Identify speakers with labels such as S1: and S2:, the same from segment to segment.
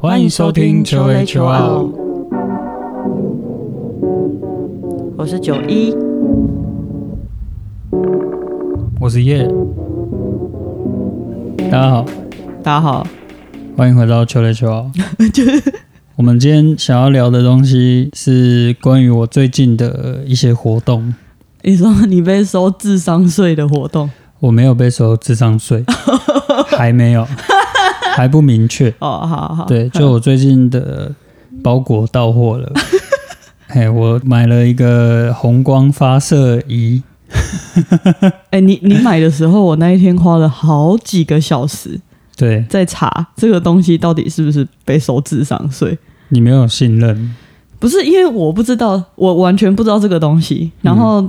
S1: 欢迎收听九 H O。
S2: 我是九一，
S1: 我是叶。大家好，
S2: 大家好。
S1: 欢迎回到九 H O。我们今天想要聊的东西是关于我最近的一些活动。
S2: 你说你被收智商税的活动
S1: 我没有被收智商 税，还没有，还不明确。
S2: 哦，好好，
S1: 对，就我最近的包裹到货 了。嘿，我买了一个红光发射仪，
S2: 哎、你你买的时候，我那一天花了好几个小时
S1: 对
S2: 在查这个东西到底是不是被收智商税，
S1: 你没有信任，
S2: 不是因为我不知道，我完全不知道这个东西，然后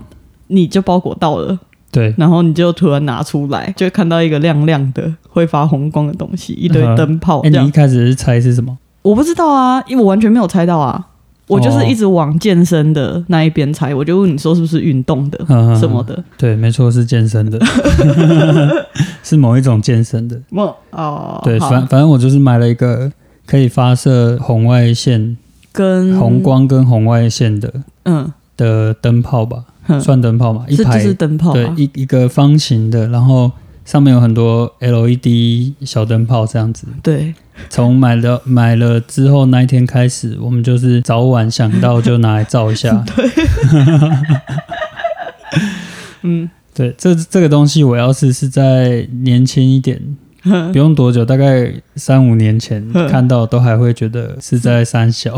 S2: 你就包裹到了，
S1: 对，
S2: 然后你就突然拿出来，就看到一个亮亮的会发红光的东西，一堆
S1: 嗯
S2: 灯泡
S1: 哎、
S2: 这样
S1: 你一。开始是猜是什么？
S2: 我不知道啊，因为我完全没有猜到啊。我
S1: 哦
S2: 就是一直往健身的那一边猜，我就问你说是不是运动的
S1: 嗯
S2: 什么的？
S1: 对，没错，是健身 的，是某一种健身的。
S2: 梦哦，
S1: 对，
S2: 好
S1: 反反正我就是买了一个可以发射红外线、
S2: 跟
S1: 红，光跟红外线的
S2: 嗯，
S1: 的灯泡吧，
S2: 哼
S1: 算灯泡嘛，一
S2: 嗯是就
S1: 排
S2: 是灯泡、啊，
S1: 对一一个方形的，然后上面有很多 LED 小灯泡这样子。
S2: 对
S1: 从买了买了之后那一天开始，我们就是早晚想到就拿来照一 下。 对，
S2: 嗯，
S1: 对，这这个东西我要是是在年轻一点，
S2: 嗯
S1: 不用多久，大概三五年前
S2: 哼
S1: 看到都还会觉得是在三 小，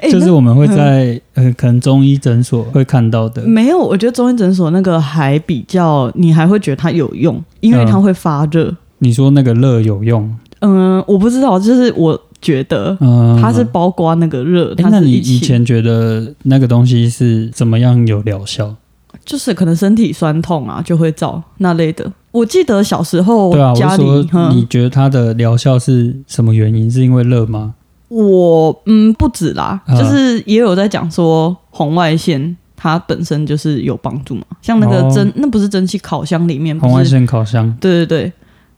S2: 哎
S1: 就是
S2: 那嗯
S1: 我们会在呃可能中医诊所会看到的。
S2: 没有，我觉得中医诊所那个还比较，你还会觉得它有用，因为它会发热。
S1: 你说那个热有用，
S2: 嗯我不知道，就是我觉得
S1: 嗯，
S2: 它是包括那个热，
S1: 诶。
S2: 它
S1: 那
S2: 是
S1: 你
S2: 一
S1: 以
S2: 起，
S1: 前觉得那个东西是怎么样有疗效？
S2: 就是可能身体酸痛啊就会照那类的。我记得小时候
S1: 对啊，我
S2: 家
S1: 是
S2: 里，
S1: 说
S2: 哼
S1: 你觉得它的疗效是什么原因？是因为热吗？
S2: 我嗯不止啦，
S1: 嗯
S2: 就是也有在讲说红外线它本身就是有帮助嘛，像那个
S1: 哦
S2: 蒸、那不是蒸汽烤箱里面不
S1: 红外
S2: 是
S1: 线啊烤箱
S2: 对对对，嗯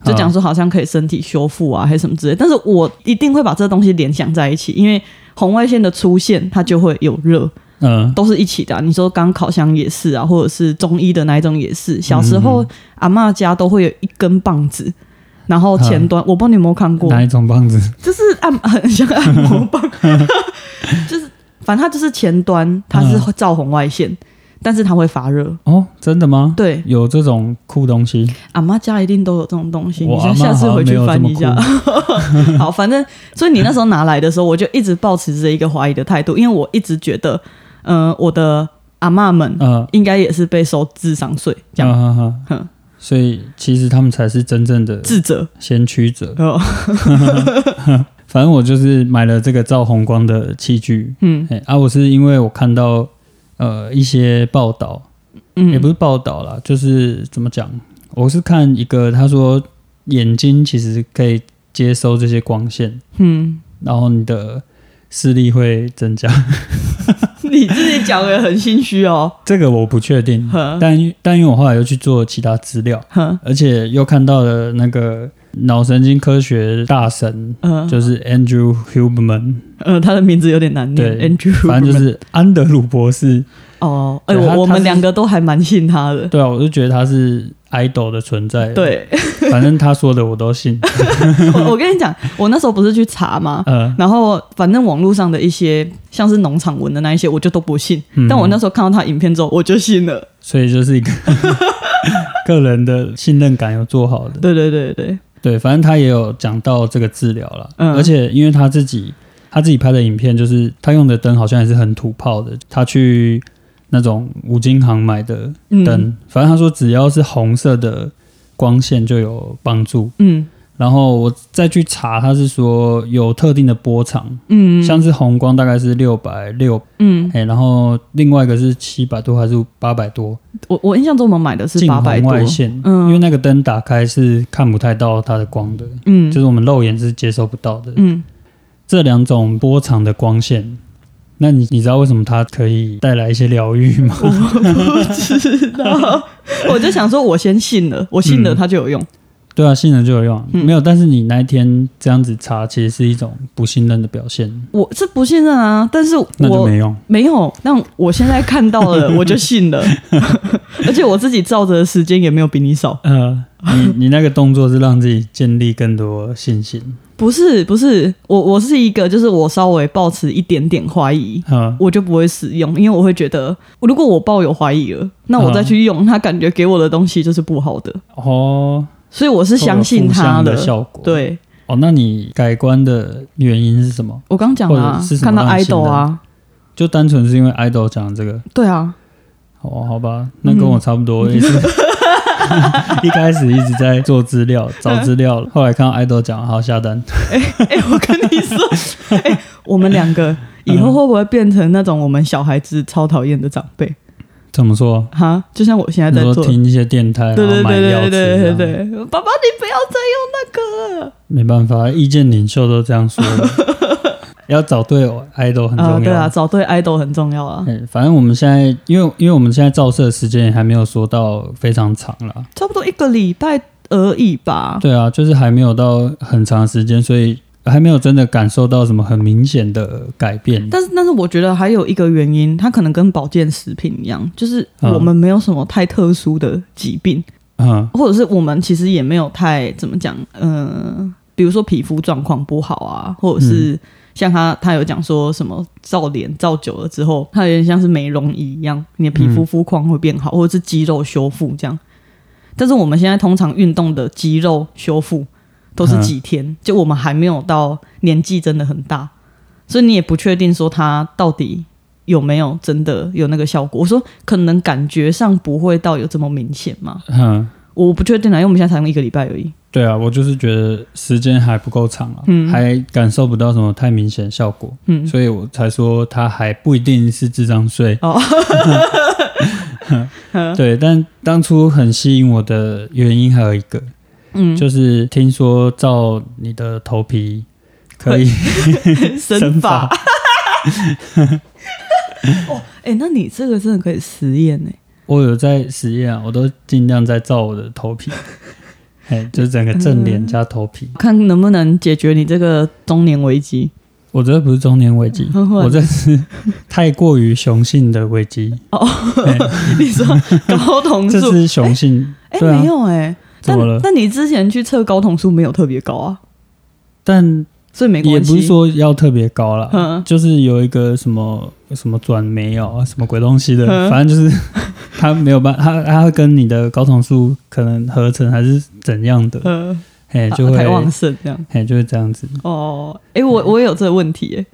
S2: 就讲说好像可以身体修复啊还是什么之类，但是我一定会把这东西联想在一起，因为红外线的出现它就会有热，
S1: 嗯，
S2: 都是一起的啊、你说刚烤箱也是啊，或者是中医的那一种也是，小时候、阿嬷家都会有一根棒子。然后前端、我不知道你有没有看过，
S1: 哪一种棒子？
S2: 就是按很像按摩棒，就是反正它就是前端它是会照红外线，但是它会发热。
S1: 哦，真的吗？
S2: 对，
S1: 有这种酷东西？
S2: 阿妈家一定都有这种东西，
S1: 我
S2: 你
S1: 阿
S2: 下
S1: 嬷
S2: 下次
S1: 好像
S2: 回去
S1: 没有
S2: 翻
S1: 这么
S2: 一下。好，反正所以你那时候拿来的时候，我就一直保持着一个怀疑的态度，因为我一直觉得，呃，我的阿嬷们
S1: 嗯，
S2: 应该也是被收智商税，这
S1: 嗯
S2: 样
S1: 嗯嗯
S2: 哼
S1: 所以其实他们才是真正的
S2: 智者。
S1: 先驱者。
S2: 哦，
S1: 反正我就是买了这个照红光的器具，
S2: 嗯
S1: 哎啊，我是因为我看到呃一些报道，也不
S2: 嗯，
S1: 是报道啦，就是怎么讲，我是看一个他说眼睛其实可以接收这些光线，
S2: 嗯，
S1: 然后你的视力会增加。
S2: 你自己讲的很心虚哦。
S1: 这个我不确定，
S2: 呵
S1: 但但因为我后来又去做其他资料，
S2: 呵，
S1: 而且又看到了那个脑神经科学大神，
S2: 呃
S1: 就是 Andrew Huberman，
S2: 呃，他的名字有点难念
S1: 对
S2: ，Andrew，
S1: 反正就是安德鲁博士。
S2: 哦，哎、
S1: 对他
S2: 我我
S1: 他
S2: 们
S1: 是
S2: 两个都还蛮信他的。
S1: 对啊，我就觉得他是 idol 的存在。，
S2: 对，
S1: 反正他说的我都信。
S2: 我我跟你讲，我那时候不是去查吗？
S1: 呃，
S2: 然后反正网络上的一些像是农场文的那一些，我就都不信。
S1: 嗯
S2: 但我那时候看到他影片之后，我就信了。
S1: 所以就是一 个个人的信任感有做好的。
S2: 对对对对，
S1: 对，反正他也有讲到这个治疗了，
S2: 嗯
S1: 而且因为他自己他自己拍的影片，就是他用的灯好像也是很土炮的，他去那种五金行买的
S2: 嗯
S1: 灯，反正他说只要是红色的光线就有帮助。
S2: 嗯
S1: 然后我再去查，他是说有特定的波长，
S2: 嗯
S1: 像是红光大概是六百六，
S2: 嗯，
S1: 哎，然后另外一个是七百多还是八百多，
S2: 我我印象中我们买的是
S1: 近
S2: 八百
S1: 红
S2: 多，
S1: 外线，
S2: 嗯
S1: 因为那个灯打开是看不太到它的光的。
S2: 嗯
S1: 就是我们肉眼是接收不到的。
S2: 嗯，
S1: 这两种波长的光线，那你你知道为什么它可以带来一些疗愈吗？
S2: 然后我就想说，我先信了，我信了
S1: 嗯
S2: 他就有用。
S1: 对啊，信任就有用啊、
S2: 嗯
S1: 没有，但是你那一天这样子查，其实是一种不信任的表现，
S2: 我是不信任啊，但是
S1: 那就
S2: 我
S1: 没用。
S2: 没有，但我现在看到了，我就 信了，而且我自己照着的时间也没有比你少。
S1: 呃，你你那个动作是让自己建立更多信心。
S2: 不是不是，我我是一个，就是我稍微抱持一点点怀疑，
S1: 呃，
S2: 我就不会使用，因为我会觉得，如果我抱有怀疑了，那我再去用，它感觉给我的东西就是不好的，
S1: 哦，
S2: 所以我是相信
S1: 会有负
S2: 它
S1: 向的效果。，
S2: 对
S1: 哦，那你改观的原因是什么？
S2: 我刚讲了、
S1: 或者
S2: 啊
S1: 是，什么
S2: 看到
S1: 让你信
S2: idol 啊，
S1: 就单纯是因为 idol 讲的这个？
S2: 对啊，
S1: 哦，好吧，那跟我差不
S2: 嗯
S1: 多，也是 一开始一直在做资料、找资
S2: 嗯
S1: 料，后来看到 idol 讲，好下单。
S2: 哎、我跟你说，哎、我们两个以后会不会变成那种我们小孩子超讨厌的长辈？
S1: 怎么说？
S2: 哈，就像我现在
S1: 你
S2: 在
S1: 说
S2: 做。
S1: 听一些电台，
S2: 对
S1: 然后
S2: 对
S1: 买
S2: 对
S1: 药吃
S2: 对对对
S1: 这样，
S2: 对，对爸爸，你不要再用那个了
S1: 没办法，意见领袖都这样 说了，要找对偶 idol 很
S2: 啊！
S1: 重
S2: 对
S1: 要。
S2: 啊，找对 idol 很重要啊，
S1: 嗯，反正我们现在，因为因为我们现在照射的时间也还没有说到非常长啦，
S2: 差不多一个礼拜而已吧。
S1: 对啊，就是还没有到很长的时间，所以还没有真的感受到什么很明显的改变。
S2: 但是，但是我觉得还有一个原因，它可能跟保健食品一样，就是我们没有什么太特殊的疾病，
S1: 嗯
S2: 或者是我们其实也没有太怎么讲，呃，比如说皮肤状况不好啊，或者是像他他有讲说什么照脸照久了之后，它有点像是美容仪一样，你的皮肤肤况会变好，或者是肌肉修复这样。但是我们现在通常运动的肌肉修复都是几天，就我们还没有到年纪真的很大，所以你也不确定说它到底有没有真的有那个效果。我说可能感觉上不会到有这么明显嘛，
S1: 嗯，
S2: 我不确定啊，因为我们现在才用一个礼拜而已。
S1: 对啊，我就是觉得时间还不够长啊，还感受不到什么太明显的效果，
S2: 嗯
S1: 所以我才说它还不一定是智商税。
S2: 哦嗯
S1: 对，但当初很吸引我的原因还有一个，
S2: 嗯，
S1: 就是听说照你的头皮可 以
S2: 生
S1: 发
S2: 发。哦，哎、那你这个真的可以实验欸呢、
S1: 我有在实验啊，我都尽量在照我的头 皮，哎，就是整个正脸加头皮。
S2: 看能不能解决你这个中年危机。
S1: 我这不是中年危 机，
S2: 嗯
S1: 我这是太过于雄性的危 机，
S2: 哦，你说高酮
S1: 这
S2: 素？
S1: 是雄性，
S2: 哎、
S1: 对啊
S2: 没，有哎、
S1: 怎
S2: 但
S1: 么了？
S2: 但你之前去测高酮素没有特别高啊，
S1: 但
S2: 所以没
S1: 也
S2: 关系。
S1: 不是说啊要特别高啦，
S2: 嗯，
S1: 就是有一个什么什么转没有啊，什么鬼东西的，
S2: 嗯
S1: 反正就是它没有办，它它会跟你的睾酮素可能合成还是怎样的，
S2: 呃，
S1: 哎，
S2: 啊
S1: 就会嗯
S2: 太旺盛这样。
S1: 哎就会这样子。
S2: 哦，哎、我我也有这个问题、欸，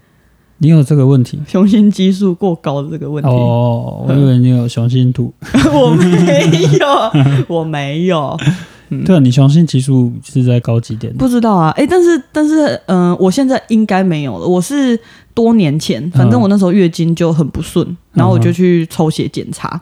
S1: 你有这个问题？
S2: 雄性激素过高的这个问题。嗯
S1: 哦，我以为你有雄性图，
S2: 我没 有，我没有，嗯
S1: 对啊，你雄性激素是在高几点？
S2: 不知道啊。哎、但是但是，嗯、我现在应该没有了。我是多年前，反
S1: 嗯
S2: 正我那时候月经就很不顺，然后我就去抽血检查，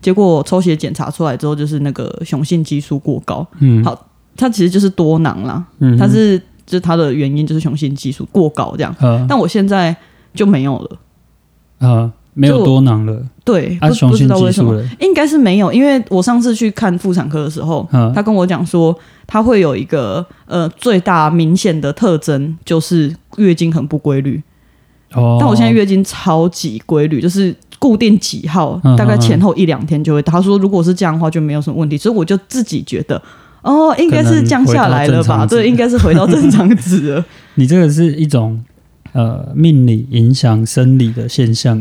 S2: 结果抽血检查出来之后，就是那个雄性激素过高，
S1: 嗯，
S2: 好它其实就是多囊啦，
S1: 嗯哼，
S2: 它是就是它的原因就是雄性激素过高这样。
S1: 呃
S2: 但我现在就没有了，
S1: 呃，没有多囊了，
S2: 对，
S1: 啊，
S2: 不
S1: 雄
S2: 不知
S1: 性
S2: 道为
S1: 激
S2: 什么
S1: 素。了，
S2: 应该是没有，因为我上次去看妇产科的时候，
S1: 嗯
S2: 他跟我讲说，他会有一个呃最大明显的特征就是月经很不规律。
S1: 哦，
S2: 但我现在月经超级规律，就是固定几号，
S1: 嗯
S2: 大概前后一两天就会到。他说，如果是这样的话，就没有什么问题。所以我就自己觉得。哦，应该是降下来了
S1: 可能回到正
S2: 吧？
S1: 常值
S2: 对，应该是回 到正常值了。
S1: 你这个是一种呃命理影响生理的现 象，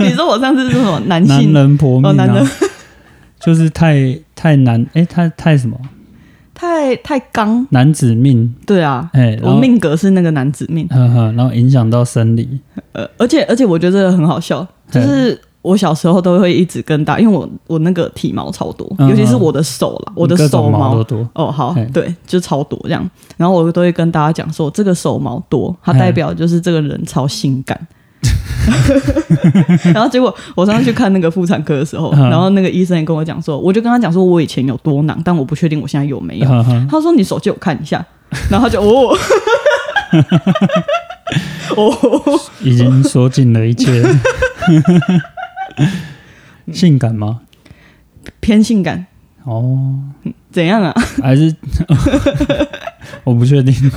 S2: 你说我上次是什么男
S1: 男
S2: 性
S1: 人婆
S2: 哦
S1: 命
S2: 男人
S1: 啊， 就是太太男，哎，太太什么
S2: 太太刚？
S1: 男子命，
S2: 对啊，
S1: 哎，然
S2: 我
S1: 后
S2: 命格是那个男子命。
S1: 呵呵，然后影响到生理，
S2: 呃，而且而且我觉得这个很好笑，就
S1: 对
S2: 是我小时候都会一直跟大，因为我我那个体毛超多，
S1: 嗯
S2: 尤其是我的手啦，我的
S1: 各
S2: 手
S1: 种毛都多，
S2: 哦，好
S1: 嘿，
S2: 对，就超多这样。然后我都会跟大家讲说，这个手毛多，它代表就是这个人超性 感。然后结果我上次去看那个妇产科的时候，
S1: 嗯
S2: 然后那个医生也跟我讲说，我就跟他讲说我以前有多囊，但我不确定我现在有没有。
S1: 呵呵
S2: 他说你手借我看一下，然后他 就哦， 哦，
S1: 已经说尽了一 切。性感吗？
S2: 偏性感。
S1: 哦，
S2: 怎样 啊？
S1: 还是 我不确定，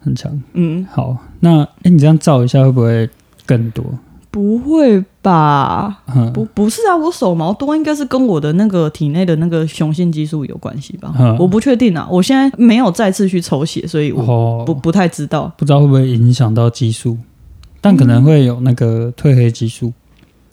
S1: 很强。
S2: 嗯，
S1: 好，那哎、诶你这样照一下会不会更多？
S2: 不会吧？
S1: 嗯
S2: 不，不是啊，我手毛多应该是跟我的那个体内的那个雄性激素有关系吧？
S1: 嗯
S2: 我不确定啊，我现在没有再次去抽血，所以我
S1: 哦，
S2: 不
S1: 不
S2: 不太知道。
S1: 不知道会不会影响到激素，但可能会有那个褪黑激素，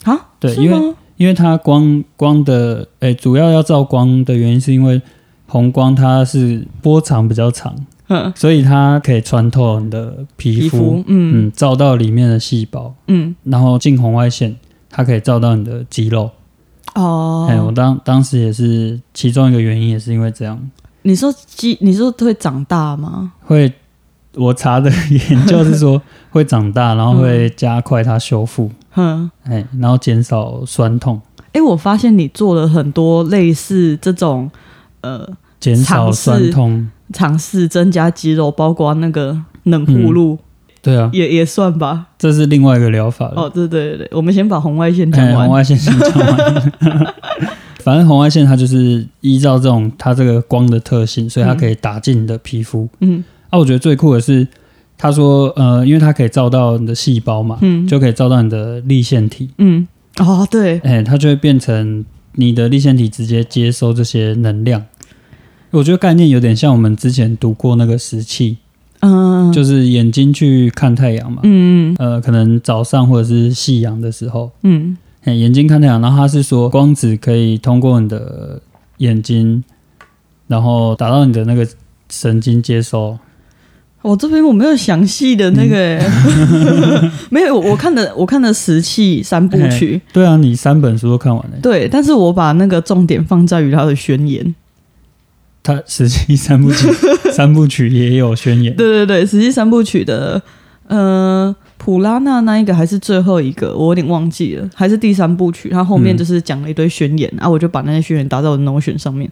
S2: 啊，
S1: 对
S2: 是
S1: 因为
S2: 吗
S1: 因为它光光的诶、主要要照光的原因是因为红光它是波长比较长，
S2: 嗯，
S1: 所以它可以穿透你的皮
S2: 皮
S1: 肤，
S2: 肤，嗯
S1: 嗯，照到里面的细胞，
S2: 嗯，
S1: 然后近红外线它可以照到你的肌肉。哎、我
S2: 哦，
S1: 当当时也是其中一个原因，也是因为这样。
S2: 你说鸡，你说会长大吗？
S1: 会，我查的 研究是说会长大，然后会加快它修复，
S2: 嗯，
S1: 哎、然后减少酸痛，
S2: 哎，我发现你做了很多类似这种呃
S1: 减少
S2: 尝试
S1: 酸痛，
S2: 尝试增加肌肉，包括那个冷铺路、
S1: 对啊，
S2: 也也算吧。
S1: 这是另外一个疗法了。
S2: 哦，对对对对，我们先把红外线讲
S1: 哎，
S2: 完。
S1: 红外线先讲完。 反正红外线它就是依照这种它这个光的特性，所以它
S2: 嗯
S1: 可以打进你的皮肤。
S2: 嗯
S1: 啊，我觉得最酷的是，他说呃，因为它可以照到你的细胞嘛，
S2: 嗯
S1: 就可以照到你的立腺体，
S2: 嗯，哦对，
S1: 哎、它就会变成你的立腺体直接接收这些能量。我觉得概念有点像我们之前读过那个石器，
S2: 嗯，
S1: 就是眼睛去看太阳嘛，
S2: 嗯
S1: 呃，可能早上或者是夕阳的时候，
S2: 嗯
S1: 哎、眼睛看太阳，然后它是说光子可以通过你的眼睛，然后达到你的那个神经接收，
S2: 我这边我没有详细的那个、
S1: 嗯
S2: 没有我我看的我看的石器三部曲，
S1: 对啊，你三本书都看完了，
S2: 对，但是我把那个重点放在于他的宣言。
S1: 它实际三部曲 三部曲也有宣言，
S2: 对对对，实际三部曲的，呃，普拉纳那一个还是最后一个，我有点忘记了，还是第三部曲。他后面
S1: 嗯
S2: 就是讲了一堆宣言、啊，我就把那些宣言打在我的 Notion 上面。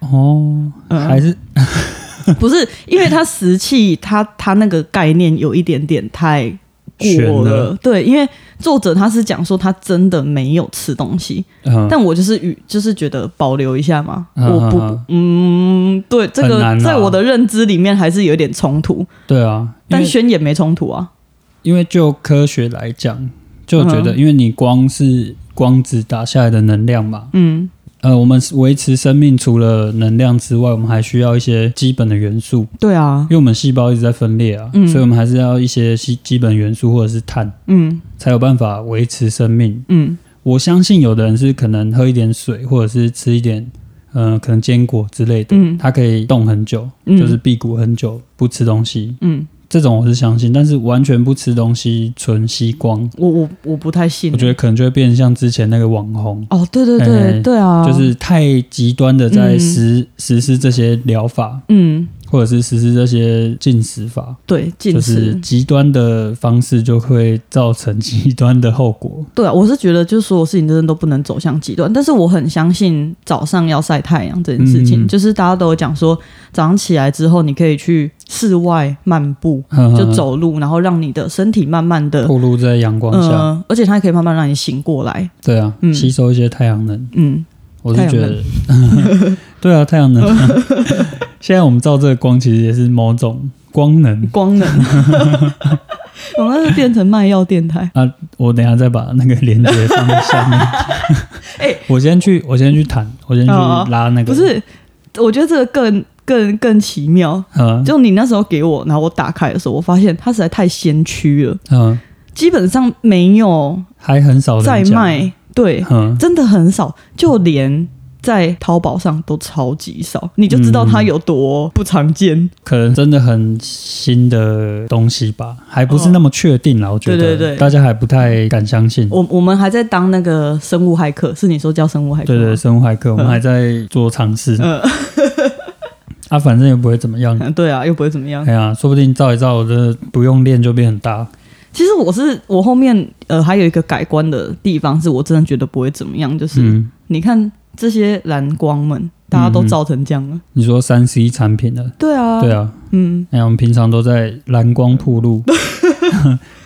S1: 哦，
S2: 嗯
S1: 还是
S2: 不是因为他石器，他他那个概念有一点点太
S1: 悬
S2: 过
S1: 了
S2: 对，因为作者他是讲说他真的没有吃东西，
S1: 嗯，
S2: 但我就是与就是觉得保留一下嘛，
S1: 嗯
S2: 我
S1: 嗯
S2: 不
S1: 嗯
S2: 嗯，对，这
S1: 很难
S2: 个
S1: 啊
S2: 在我的认知里面还是有点冲突，
S1: 对啊，因
S2: 但
S1: 为
S2: 宣言没冲突啊。
S1: 因为就科学来讲，就觉
S2: 嗯
S1: 得因为你光是光子打下来的能量嘛，
S2: 嗯
S1: 呃，我们维持生命除了能量之外，我们还需要一些基本的元素，，
S2: 对啊
S1: 因，为我们细胞一直在分裂啊，
S2: 嗯
S1: 所以我们还是要一些基基本元素或者是碳，
S2: 嗯
S1: 才有办法维持生命。
S2: 嗯
S1: 我相信有的人是可能喝一点水，或者是吃一点，嗯、可能坚果之类的，
S2: 嗯
S1: 他可以动很久，
S2: 嗯
S1: 就是辟谷很久不吃东西，
S2: 嗯，
S1: 这种我是相信。但是完全不吃东西，纯吸光，
S2: 我我我不太信，
S1: 我觉得可能就会变成像之前那个网红，
S2: 哦，对对
S1: 哎
S2: 对对啊，
S1: 就是太极端的在
S2: 嗯
S1: 实、实施这些疗法，
S2: 嗯，
S1: 或者是实施这些进食法。
S2: 对，
S1: 就
S2: 近
S1: 是
S2: 视，
S1: 极端的方式就会造成极端的后果。
S2: 对啊，我是觉得就是所有事情真的都不能走向极端，但是我很相信早上要晒太阳这件事情，
S1: 嗯
S2: 就是大家都有讲说，早上起来之后你可以去室外漫步，就
S1: 就
S2: 走路，然后让你的身体慢慢的，
S1: 暴露在阳光
S2: 嗯、
S1: 下，
S2: 而且它可以慢慢让你醒过来，
S1: 对啊，
S2: 嗯
S1: 吸收一些太阳能，
S2: 嗯，
S1: 我是觉得， 对啊，太阳能。 现在我们照这个光，其实也是某种光能。
S2: 光能，我们是变成卖药电台。
S1: 我等一下再把那个链接放在下面。
S2: 哎
S1: 我先去，我先去弹，我先去
S2: 哦
S1: 拉那个。
S2: 不，是，我觉得这个更更更奇妙。
S1: 嗯
S2: 就你那时候给我，然后我打开的时候，我发现它实在太先驱了，
S1: 嗯，
S2: 基本上没有
S1: 还很少人
S2: 在
S1: 讲，啊
S2: 卖，对，
S1: 嗯，
S2: 真的很少，就连在淘宝上都超级少，你就知道
S1: 嗯
S2: 它有多不常见。
S1: 可能真的很新的东西吧，还不是那么确定啦。我觉得，
S2: 对对对哦
S1: 大家还不太敢相信。
S2: 我我们还在当那个生物骇客，是你说叫生物骇客？
S1: 对对，，生物骇客，我们还在做尝试。
S2: 嗯
S1: 啊，反正也不会怎么样。
S2: 嗯，对啊，又不会怎么样
S1: 哎。呀，说不定照一照，我这不用练就变很大。
S2: 其实我是我后面呃还有一个改观的地方，是我真的觉得不会怎么样，就是、
S1: 嗯，
S2: 你看这些蓝光们，大家都照成这样了。
S1: 你说三 C 产品的，
S2: 对啊，
S1: 对，啊，
S2: 嗯
S1: 哎呀，我们平常都在 蓝光铺路。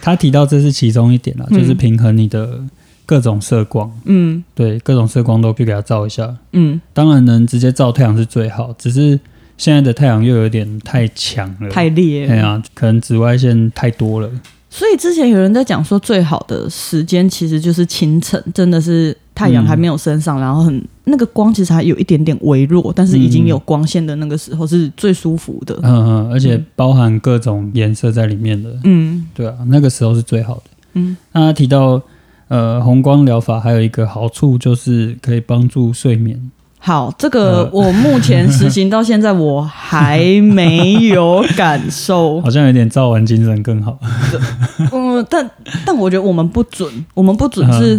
S1: 他提到这是其中一点啦，
S2: 嗯
S1: 就是平衡你的各种色光，
S2: 嗯
S1: 对，各种色光都去给它照一下。
S2: 嗯，
S1: 当然能直接照太阳是最好，只是现在的太阳又有点太强了，
S2: 太烈
S1: 哎
S2: 了。
S1: 呀、可能紫外线太多了。
S2: 所以之前有人在讲说，最好的时间其实就是清晨，真的是太阳还没有升上，然后很那个光其实还有一点点微弱，但是已经有光线的那个时候是最舒服的。
S1: 嗯嗯，而且包含各种颜色在里面的，
S2: 嗯
S1: 对啊，那个时候是最好的。
S2: 嗯
S1: 那他提到，呃，红光疗法还有一个好处就是可以帮助睡眠。
S2: 好，这个
S1: 呃
S2: 我目前实行到现在，我还没有感 受。
S1: 好像有点照完精神更好。
S2: 嗯，但但我觉得我们不准，我们不准是，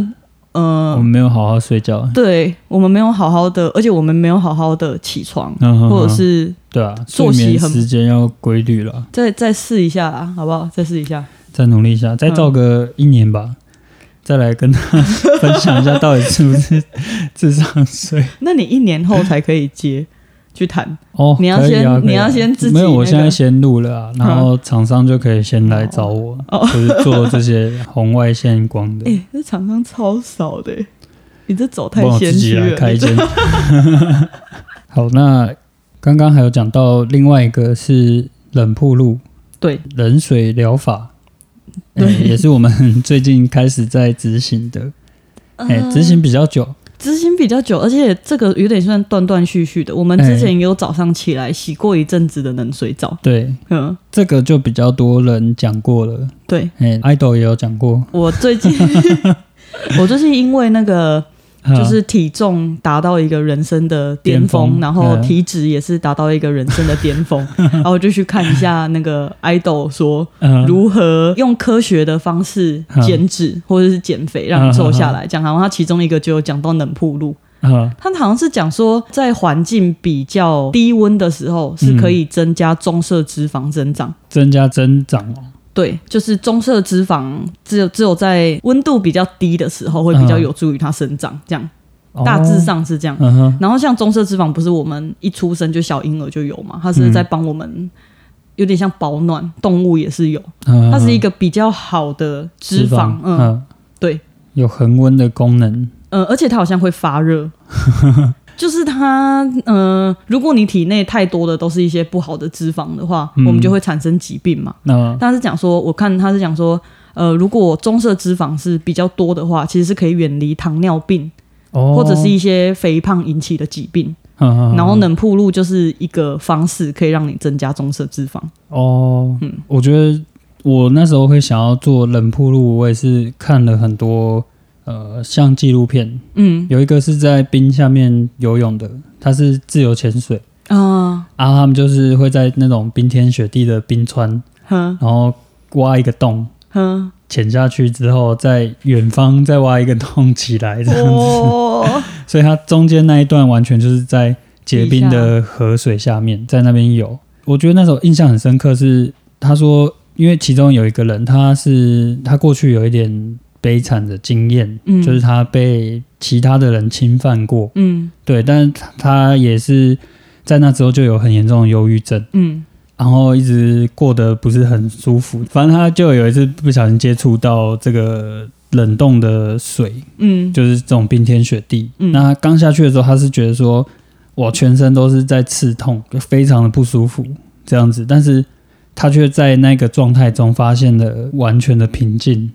S1: 我
S2: 呃
S1: 们，没有好好睡觉，
S2: 对我们没有好好的，而且我们没有好好的起床，
S1: 嗯哼
S2: 或者
S1: 哼
S2: 是
S1: 对啊，睡
S2: 作息
S1: 眠
S2: 很
S1: 时间要规律了，
S2: 再再试一下啦，好不好？再试一下。
S1: 再努力一下，再照
S2: 嗯
S1: 个一年吧，再来跟 他分享一下到底是不是智商税
S2: 那你一年后才可以接 去谈，
S1: 哦。
S2: 你要
S1: 可以
S2: 先
S1: 啊、可以啊
S2: 你要先自己
S1: 没有，我
S2: 那个嗯
S1: 现在先录了啊，然后厂商就可以先来找我，就是做这些红外线光的。
S2: 哦 哎、这厂商超少的、你这走太
S1: 帮我
S2: 先
S1: 自己
S2: 虚
S1: 来
S2: 了。
S1: 开
S2: 你
S1: 一
S2: 这
S1: 间。 好，那刚刚还有讲到另外一个是冷铺路
S2: 对，
S1: 冷水疗法，呃
S2: 对
S1: 也是我们最近开始在执行的，
S2: 嗯
S1: 哎、执行比较久，
S2: 呃执行比较久，而且这个有点算断断续续的。我
S1: 哎
S2: 们之前也有早上起来洗过一阵子的冷水澡，
S1: 对，
S2: 嗯，
S1: 这个就比较多人讲过了，
S2: 对
S1: 哎、i d o l 也有讲过，
S2: 我最 近 我就是因为那个
S1: 啊
S2: 就是体重达到一个人生的巅峰，
S1: 巅峰
S2: 然后
S1: 嗯
S2: 体脂也是达到一个人生的巅峰， 然后我就去看一下那个 idol 说
S1: 嗯
S2: 如何用科学的方式减脂或者是减肥，让你瘦下来。讲，然后他其中一个就有讲到冷铺路，
S1: 啊
S2: 他好像是讲说在环境比较低温的时候是可以增加棕色脂肪增长。
S1: 增加增长哦，
S2: 对，就是棕色脂肪只有只有在温度比较低的时候会比较有助于它生长，这样
S1: 哦
S2: 大致，上是这样。
S1: 嗯哼，
S2: 然后像棕色脂肪不是我们一出生就小婴儿就有嘛，它是在帮我们有点像保暖，动物也是有，
S1: 嗯
S2: 它是一个比较好的脂肪，嗯
S1: 嗯，
S2: 对，
S1: 有恒温的功能，
S2: 呃，而且它好像会发热。 就是它，呃，如果你体内太多的都是一些不好的脂肪的话，
S1: 嗯
S2: 我们就会产生疾病嘛。
S1: 那
S2: 他是讲说，我看他是讲说，呃，如果棕色脂肪是比较多的话，其实是可以远离糖尿病
S1: 哦，
S2: 或者是一些肥胖引起的疾病。
S1: 嗯，嗯
S2: 然后冷铺路就是一个方式，可以让你增加棕色脂肪。
S1: 哦，
S2: 嗯
S1: 我觉得我那时候会想要做冷铺路，我也是看了很多呃，像纪录片，
S2: 嗯
S1: 有一个是在冰下面游泳的，他是自由潜水，
S2: 啊，
S1: 啊，他们就是会在那种冰天雪地的冰川，
S2: 哼
S1: 然后挖一个洞。
S2: 哼，
S1: 潜下去之后，在远方再挖一个洞起来， 这样子，
S2: 哦，
S1: 所以它中间那一段完全就是在结冰的河水下面，在那边游。我觉得那时候印象很深刻是，他说，因为其中有一个人，他是他过去有一点悲惨的经验，
S2: 嗯
S1: 就是他被其他的人侵犯过，
S2: 嗯
S1: 对，但是他他也是在那之后就有很严重的忧郁症。
S2: 嗯
S1: 然后一直过得不是很舒服，反正他就有一次不小心接触到这个冷冻的水，
S2: 嗯，
S1: 就是这种冰天雪地。
S2: 嗯
S1: 那他刚下去的时候，他是觉得说，我全身都是在刺痛，就非常的不舒服这样子。但是他却在那个状态中发现了完全的平静。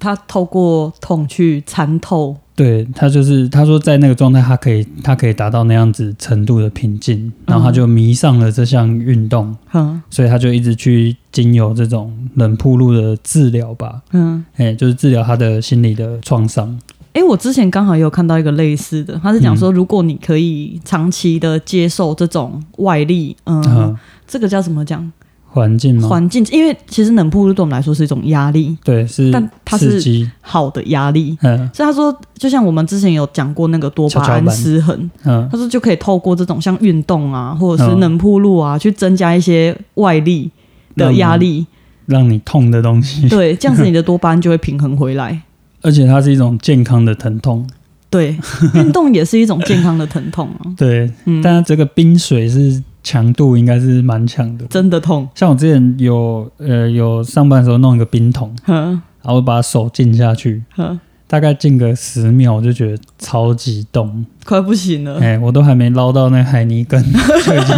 S2: 他透过痛去参透，
S1: 对他就是他说，在那个状态，他可以他可以达到那样子程度的平静，然后他就迷上了这项运动，
S2: 哼
S1: 所以他就一直去经由这种冷铺路的治疗吧，
S2: 嗯。
S1: 哎、就是治疗他的心理的创伤。
S2: 诶，我之前刚好也有看到一个类似的，他是讲说，如果你可以长期的接受这种外力，嗯，
S1: 嗯，
S2: 这个叫怎么讲？
S1: 环境吗？
S2: 环境，因为其实冷铺路对我们来说是一种压力，
S1: 对，是
S2: 但它
S1: 刺
S2: 是
S1: 激，
S2: 好的压力。
S1: 嗯
S2: 所以他说，就像我们之前有讲过那个多巴胺失衡，
S1: 嗯。
S2: 他说就可以透过这种像运动啊，或者是
S1: 嗯
S2: 冷铺路啊，去增加一些外力的压力，
S1: 让你痛的东西，
S2: 对，这样子你的多巴胺就会平衡回来。
S1: 而且它是一种健康的疼痛。
S2: 对， 运动也是一种健康的疼痛啊，
S1: 对，
S2: 嗯，
S1: 但这个冰水是强度应该是蛮强的。
S2: 真的痛，
S1: 像我之前有呃有上班的时候弄一个冰桶，
S2: 呵
S1: 然后我把手浸下去，
S2: 呵，
S1: 大概静个十秒，我就觉得超级冻，
S2: 快不行了。
S1: 哎、我都还没捞到那海泥根， 就已经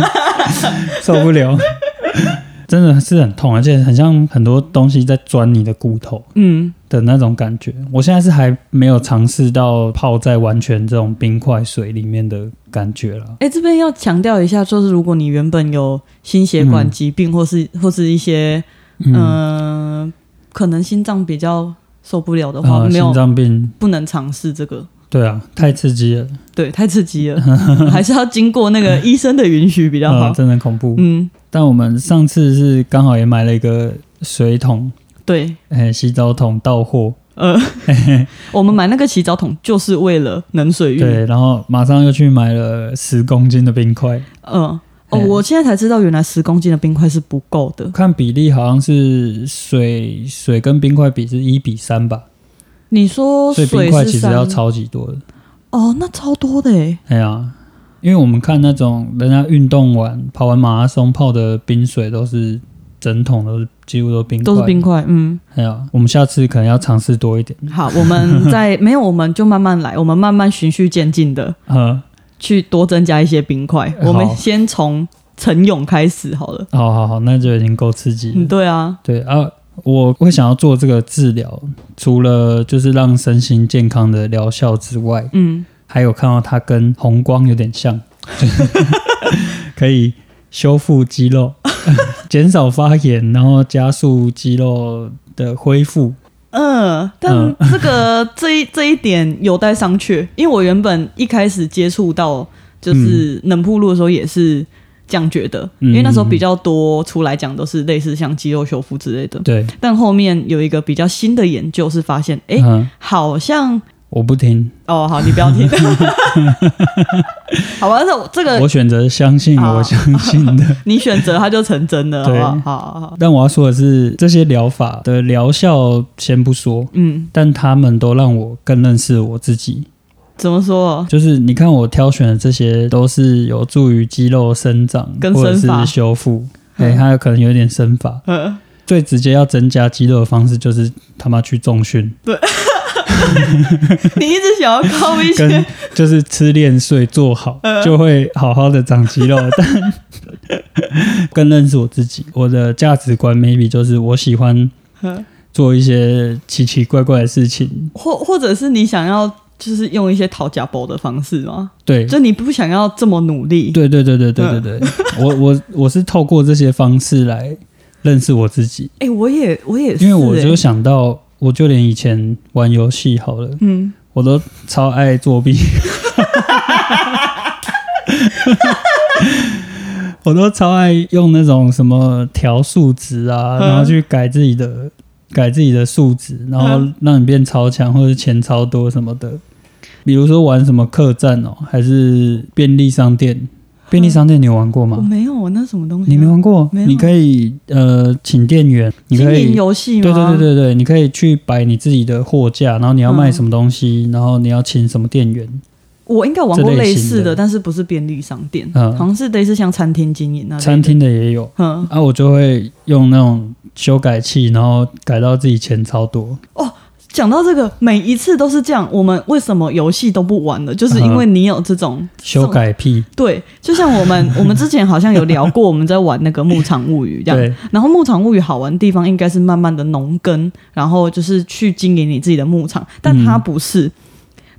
S1: 受不了，真的是很痛，而且很像很多东西在钻你的骨头
S2: 嗯，
S1: 的那种感觉。我现在是还没有尝试到泡在完全这种冰块水里面的感觉了。
S2: 哎、这边要强调一下，就是如果你原本有心血管疾病，或是或是一些
S1: 嗯，
S2: 嗯、呃可能心脏比较受不了的话，
S1: 呃
S2: 没有
S1: 心脏病，
S2: 不能尝试这个。
S1: 对啊，太刺激了，
S2: 对，太刺激 了，还是要经过 那个医生的允许比较
S1: 呃
S2: 好。
S1: 真的恐怖。
S2: 嗯，
S1: 但我们上次是刚好也买了一个水桶，
S2: 对，
S1: 哎、洗澡桶到货，
S2: 呃，我们买那个洗澡桶就是为了冷水浴。
S1: 对，然后马上又去买了十公斤的冰块，
S2: 嗯、哦，
S1: 嗯
S2: 我现在才知道，原来十公斤的冰块是不够的。
S1: 看比例好像是水水跟冰块比是一比三吧，
S2: 你说
S1: 所
S2: 哦水
S1: 以
S2: 是
S1: 冰块其实
S2: 三
S1: 要超级多的。
S2: 哦，那超多的诶。
S1: 哎呀，因为我们看那种人家运动完跑完马拉松泡的冰水都是整桶都是几乎都冰块，
S2: 都是冰。块，嗯，
S1: 哎呀，我们下次可能要尝试多一点。
S2: 好，我们 在没有，我们就慢慢来，我们慢慢循序渐进的
S1: 呃，
S2: 去多增加一些冰块。
S1: 哎好
S2: 我们先从晨泳开始好了。
S1: 好好好，那就已经够刺激了。
S2: 嗯，对啊，
S1: 对啊，我会想要做这个治疗，除了就是让身心健康的疗效之外，
S2: 嗯，
S1: 还有看到它跟红光有点像， 可以修复肌肉， 减少发炎，然后加速肌肉的恢复。
S2: 嗯，但
S1: 嗯
S2: 这个这 一这一点有待商榷，因为我原本一开始接触到就是冷铺路的时候也是这样觉得，
S1: 嗯
S2: 因为那时候比较多出来讲都是类似像肌肉修复之类的，
S1: 对，
S2: 但后面有一个比较新的研究是发现，哎、
S1: 嗯，
S2: 好像
S1: 我不听，
S2: 哦，好，你 不要听， 好吧，那我这啊个
S1: 我选择相信
S2: 好
S1: 我相信 的。
S2: 你选择它就成真了，好不好？
S1: 对
S2: 好好好，
S1: 但我要说的是，这些疗法的疗效先不说，
S2: 嗯，
S1: 但他们都让我更认识我自己。
S2: 怎么 说？
S1: 就是你看我挑选的这些，都是有助于肌肉生长
S2: 跟
S1: 或者
S2: 生发
S1: 是修复，
S2: 嗯
S1: 对，它有可能有一点生发。
S2: 呃，
S1: 最直接要增加肌肉的方式就是他妈去重训，
S2: 你一直想要靠一些
S1: 跟就是吃练睡做好，就会好好的长肌肉。但更认识我自己，我的价值观 maybe 就是我喜欢
S2: 嗯
S1: 做一些奇奇怪怪的事情，
S2: 或或者是你想要就是用一些讨价包的方式吗？
S1: 对。
S2: 就你不想要这么努力，
S1: 对对对对对对对，我我我是透过这些方式来认识我自己，
S2: 哎、我也我也是、欸
S1: 因为我就
S2: 诶
S1: 想到，我就连以前玩游戏好了，
S2: 嗯，
S1: 我都超爱作弊，我都超爱用那种什么调数值啊，
S2: 嗯
S1: 然后去改自己的改自己的数值，然后
S2: 嗯
S1: 让你变超强或者钱超多什么的。比如说玩什么客栈哦，还是便利商店？便利商店你有玩过
S2: 我
S1: 吗？
S2: 没有那什么东西啊，
S1: 你没玩过？
S2: 嗯没有
S1: 你可以呃，请店员，你
S2: 经
S1: 可
S2: 营
S1: 以
S2: 游戏吗？嗯
S1: 对对对对对，你可以去摆你自己的货架，然后你要卖什么东西，然后你要请什么店员，
S2: 我应该玩过
S1: 这类
S2: 类
S1: 型
S2: 似的，
S1: 的
S2: 但是不是便利商店，
S1: 嗯
S2: 好像是类似像餐厅经营那类的
S1: 餐，厅的也有。
S2: 嗯，
S1: 啊，我就会用那种修改器，然后改到自己钱超多。
S2: 讲到这个，每一次都是这样。我们为什么游戏都不玩了？就是因为
S1: 嗯
S2: 你有这种、
S1: 修改屁，
S2: 对，就像我们我们之前好像有聊过，我们在玩那个《牧场物语》这样。
S1: 对，
S2: 然后《牧场物语》好玩的地方应该是慢慢的农耕，然后就是去经营你自己的牧场，但它不是。
S1: 嗯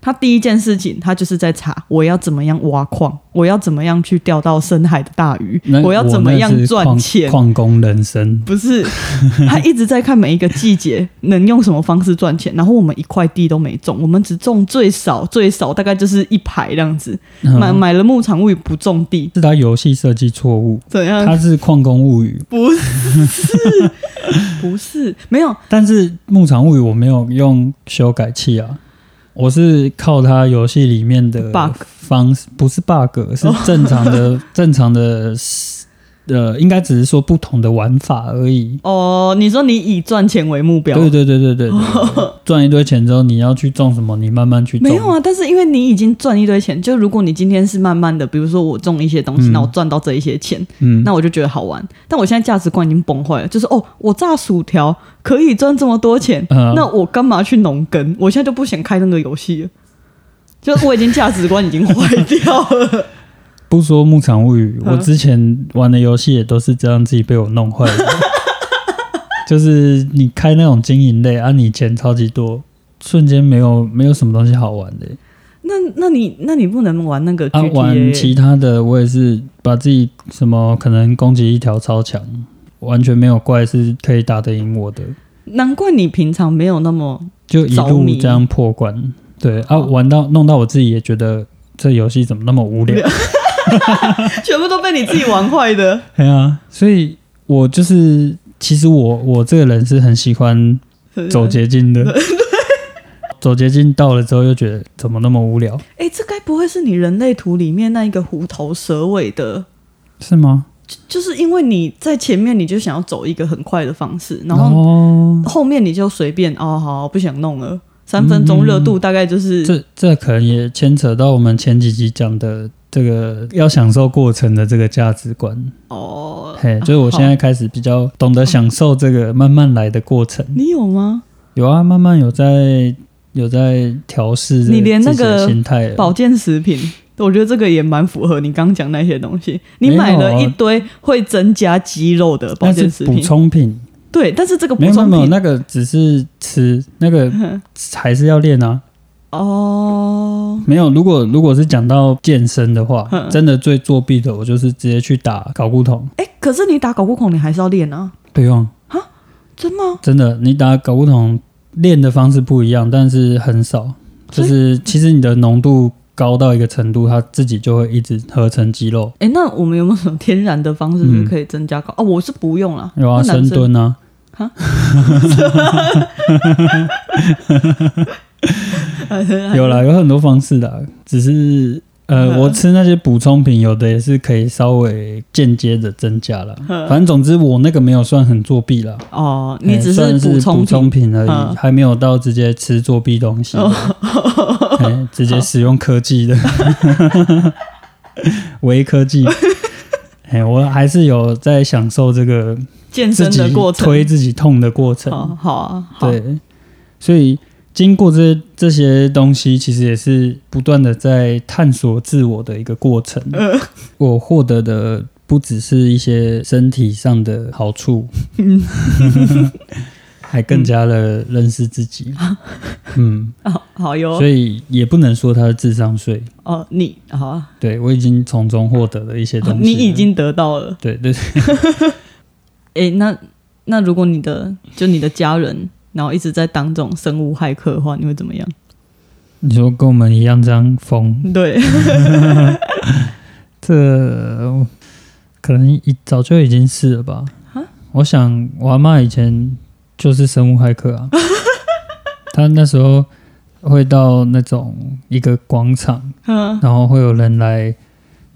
S2: 他第一件事情，他就是在查我要怎么样挖矿，我要怎么样去钓到深海的大鱼
S1: 那，
S2: 我要怎么
S1: 那
S2: 样
S1: 是
S2: 赚
S1: 矿
S2: 钱，
S1: 矿工人生，
S2: 不是， 他一直在看每一个季节能用什么方式赚钱，然后我们一块地都没种，我们只种最少最少大概就是一排这样子，买
S1: 嗯、
S2: 买了牧场物语不种地，
S1: 是他游戏设计错误，
S2: 怎样？
S1: 它是矿工物语，
S2: 不是，不是，没有，
S1: 但是牧场物语我没有用修改器啊。我是靠它游戏里面的
S2: Bug 哦
S1: 方式，不是 bug，是正常的、正常的呃，应该只是说不同的玩法而已。
S2: 哦，你说你以赚钱为目标？
S1: 对对对对对对 对赚一堆钱之后，你要去种什么？你慢慢去种。
S2: 没有啊，但是因为你已经赚一堆钱，就如果你今天是慢慢的，比如说我种一些东西，
S1: 嗯
S2: 那我赚到这一些钱，
S1: 嗯，
S2: 那我就觉得好玩。但我现在价值观已经崩坏了，就是哦，我炸薯条可以赚这么多钱，
S1: 嗯
S2: 那我干嘛去农耕？我现在就不想开那个游戏了，就我已经价值观已经坏掉了。
S1: 不说《牧场物语》，
S2: 嗯
S1: 我之前玩的游戏也都是这样，自己被我弄坏 的。就是你开那种经营类啊，你钱超级多，瞬间没有没有什么东西好玩的、
S2: 那那你那你不能玩那个
S1: 啊，玩
S2: GTA，、
S1: 其他的我也是把自己什么可能攻击一条超强，完全没有怪是可以打得赢我的，
S2: 难怪你平常没有那么
S1: 就一
S2: 着
S1: 路
S2: 迷
S1: 这样破关。对啊，
S2: 哦
S1: 玩到弄到我自己也觉得这游戏怎么那么无聊。
S2: 全部都被你自己玩坏的。
S1: 对啊，所以我就是其实我我这个人是很喜欢 走捷径的。 走捷径到了之后，又觉得怎么那么无聊，
S2: 哎、这该不会是你人类图里面那一个虎头蛇尾的？
S1: 是吗？
S2: 就就是因为你在前面你就想要走一个很快的方式，然后
S1: 后
S2: 后面你就随便哦，好不想弄了。三分钟热度大概就是、
S1: 嗯这这可能也牵扯到我们前几集讲的这个要享受过程的这个价值观。
S2: 哦，
S1: 嘿，就是我现在开始比较懂得享受这个慢慢来的过程。
S2: 你有吗？
S1: 有啊，慢慢有在有在调试
S2: 你连那
S1: 自己的
S2: 个
S1: 心态了
S2: 保健食品，我觉得这个也蛮符合你刚讲那些东西。你买
S1: 没有
S2: 了
S1: 啊
S2: 一堆会增加肌肉的保
S1: 那
S2: 健
S1: 是
S2: 食
S1: 补
S2: 品，
S1: 充品，
S2: 对，但是这个补
S1: 没有没有
S2: 充
S1: 没有，
S2: 品
S1: 那个只是吃，那 个还是要练啊。
S2: 哦，
S1: 没有，如果如果是讲到健身的话，
S2: 嗯
S1: 真的最作弊的，我就是直接去打睾固酮。
S2: 哎、可是你打搞固孔，你还是要练啊，
S1: 不用，
S2: 真吗？
S1: 真的，你打睾固酮练的方式不一样，但是很少，就
S2: 所以
S1: 是其实你的浓度高到一个程度，它自己就会一直合成肌肉。
S2: 哎、那我们有没有什么天然的方式是可以增加高？哦，我是不用啦，
S1: 嗯有啊，
S2: 那男
S1: 深
S2: 生
S1: 蹲啊， 有啦，有很多方式的啊，只是呃，
S2: 嗯
S1: 我吃那些补充品，有的也是可以稍微间接的增加啦。
S2: 嗯
S1: 反正总之，我那个没有算很作弊啦，
S2: 哦，你
S1: 哎
S2: 只
S1: 算是
S2: 补充
S1: 补充
S2: 品。
S1: 品而已，
S2: 嗯哦
S1: 还没有到直接吃作弊东西的，哎直接使用科技 的，微科技。哎，我还是有在享受这个
S2: 健
S1: 自
S2: 身
S1: 己
S2: 的过程。
S1: 推自己痛的过程。
S2: 好好啊，好，
S1: 对，所以经过这这些东西，其实也是不断的在探索自我的一个过程。
S2: 呃
S1: 我获得的不只是一些身体上的好处，
S2: 嗯
S1: 还更加的认识自己。嗯，
S2: 好哦好哟
S1: 所。以也不能说它是智商税。
S2: 哦，你好啊，哦
S1: 对我已经从中获得了一些东西了，
S2: 你已经得到了。
S1: 对对
S2: 哎、那那如果你的就你的家人，然后一直在当这种生物骇客的话，你会怎么样？
S1: 你说跟我们一样这样疯，
S2: 对，
S1: 这嗯可能一早就已经是了吧？
S2: 啊
S1: 我想我阿妈以前就是生物骇客 啊，她那时候会到那种一个广场，
S2: 嗯，
S1: 然后会有人来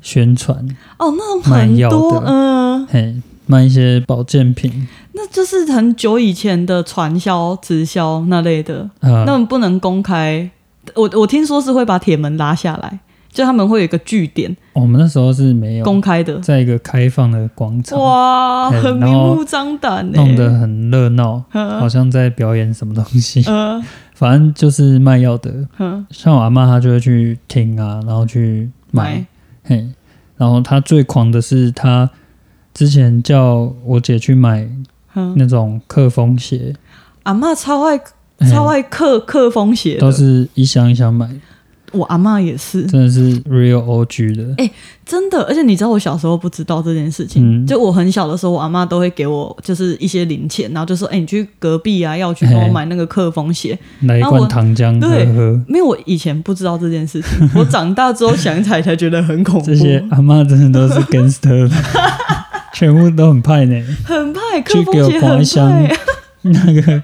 S1: 宣传，
S2: 哦，那种
S1: 卖
S2: 很
S1: 药
S2: 多，
S1: 的
S2: 嗯、
S1: 嘿，卖一些保健品，
S2: 那就是很久以前的传销、直销那类的。
S1: 呃，
S2: 那不能公开。我我听说是会把铁门拉下来，就他们会有一个据点，
S1: 我们那时候是没有
S2: 公开的。
S1: 在一个开放的广场，
S2: 哇，
S1: 嘿
S2: 很明目张胆欸呢、
S1: 弄得很热闹，好
S2: 呵，
S1: 像在表演什么东西，
S2: 呃，
S1: 反正就是卖药的，
S2: 呵
S1: 像我阿妈，她就会去听啊，然后去买，
S2: 买
S1: 嘿。然后她最狂的是，她之前叫我姐去买
S2: 嗯呵
S1: 那种克风鞋，
S2: 阿嬷超爱
S1: 嘿
S2: 超爱克克风鞋
S1: 都
S2: 的，
S1: 是一箱一箱买，
S2: 我阿嬷也是
S1: 真的是 real OG 的。
S2: 真的。而且你知道，我小时候不知道这件事情，
S1: 嗯
S2: 就我很小的时候，我阿嬷都会给我就是一些零钱，然后就说：“哎、你去隔壁啊，要去帮我
S1: 嘿
S2: 买那个克风鞋。”
S1: 来一
S2: 然后
S1: 罐
S2: 啊我
S1: 糖浆
S2: 对
S1: 喝喝。
S2: 没有，我以前不知道这件事情，我长大之后想起来才觉得很恐怖。
S1: 这些阿妈真的都是 gangster，全部都很派呢。
S2: 很派，
S1: 去
S2: 科
S1: 给我
S2: 风鞋
S1: 刮
S2: 很
S1: 香
S2: 派，
S1: 那个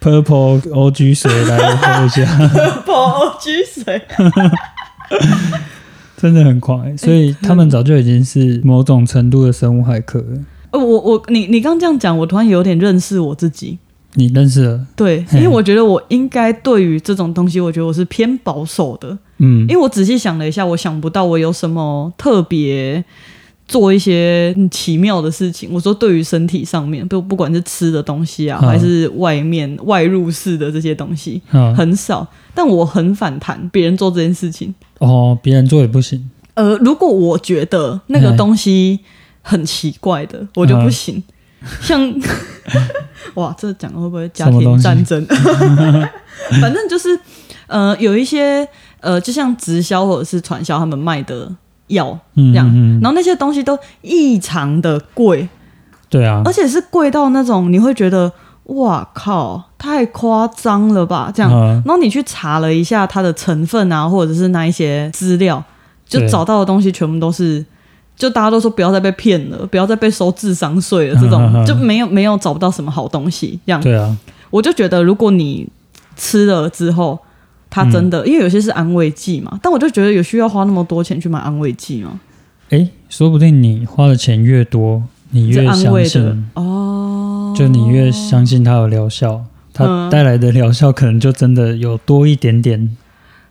S1: purple OG 水来喝一下，
S2: 保居水。
S1: 真的很狂哎、所以他们早就已经是某种程度的生物骇客了。
S2: 呃，我我你你刚这样讲，我突然有点认识我自己。
S1: 你认识了？
S2: 对，
S1: 嘿
S2: 因为我觉得我应该对于这种东西，我觉得我是偏保守的。
S1: 嗯
S2: 因为我仔细想了一下，我想不到我有什么特别做一些嗯奇妙的事情。我说对于身体上面，不不管是吃的东西啊，
S1: 嗯
S2: 还是外面外入式的这些东西，
S1: 啊
S2: 很少。但我很反弹别人做这件事情。
S1: 哦，别人做也不行
S2: 呃，如果我觉得那个
S1: 嗯
S2: 东西很奇怪的，我就不行。像 哇，这讲会不会家
S1: 什么东
S2: 庭
S1: 西
S2: 战争？ 反正就是呃，有一些呃，就像直销或者是传销他们卖的药
S1: 嗯
S2: 这样，
S1: 嗯嗯
S2: 然后那些东西都异常的贵，
S1: 对啊
S2: 而，且是贵到那种你会觉得哇靠，太夸张了吧？这样，
S1: 啊
S2: 然后你去查了一下它的成分啊，或者是那一些资料，就
S1: 对
S2: 找到的东西全部都是，就大家都说不要再被骗了，不要再被收智商税了，这种、
S1: 嗯嗯嗯
S2: 就没有没有找不到什么好东西。这样，
S1: 对啊，
S2: 我就觉得如果你吃了之后，它真
S1: 嗯
S2: 的、因为有些是安慰剂嘛，但我就觉得有需要花那么多钱去买安慰剂吗？
S1: 诶，说不定你花的钱越多，你越
S2: 这安
S1: 相
S2: 慰的
S1: 信，
S2: 哦，
S1: 就你越相信它有疗效，它
S2: 嗯
S1: 带来的疗效可能就真的有多一点点。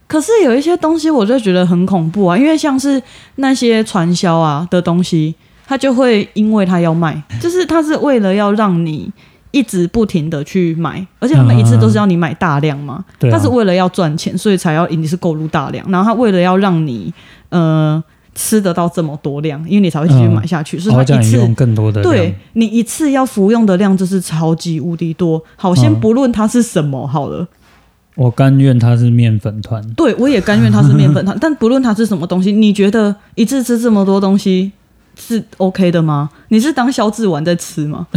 S2: 可是有一些东西我就觉得很恐怖啊，因为像是那些传销啊的东西，它就会因为它要卖，就是它是为了要让你一直不停的去买，而且他们一次都是要你买大量嘛，
S1: 对
S2: 它
S1: 啊，
S2: 是为了要赚钱，所以才要你是购入大量，然后它为了要让你呃吃得到这么多量，因为你才会继续买下去，所以
S1: 好
S2: 它
S1: 叫
S2: 一
S1: 哦你
S2: 次
S1: 用更多的量
S2: 对，你一次要服用的量就是超级无敌多。好，先
S1: 嗯
S2: 不论它是什么好了。
S1: 我甘愿它是面粉团。
S2: 对，我也甘愿它是 面粉汤，但不论它是什么东西，你觉得一次吃这么多东西是 OK 的吗？你是当消脂丸在吃 吗？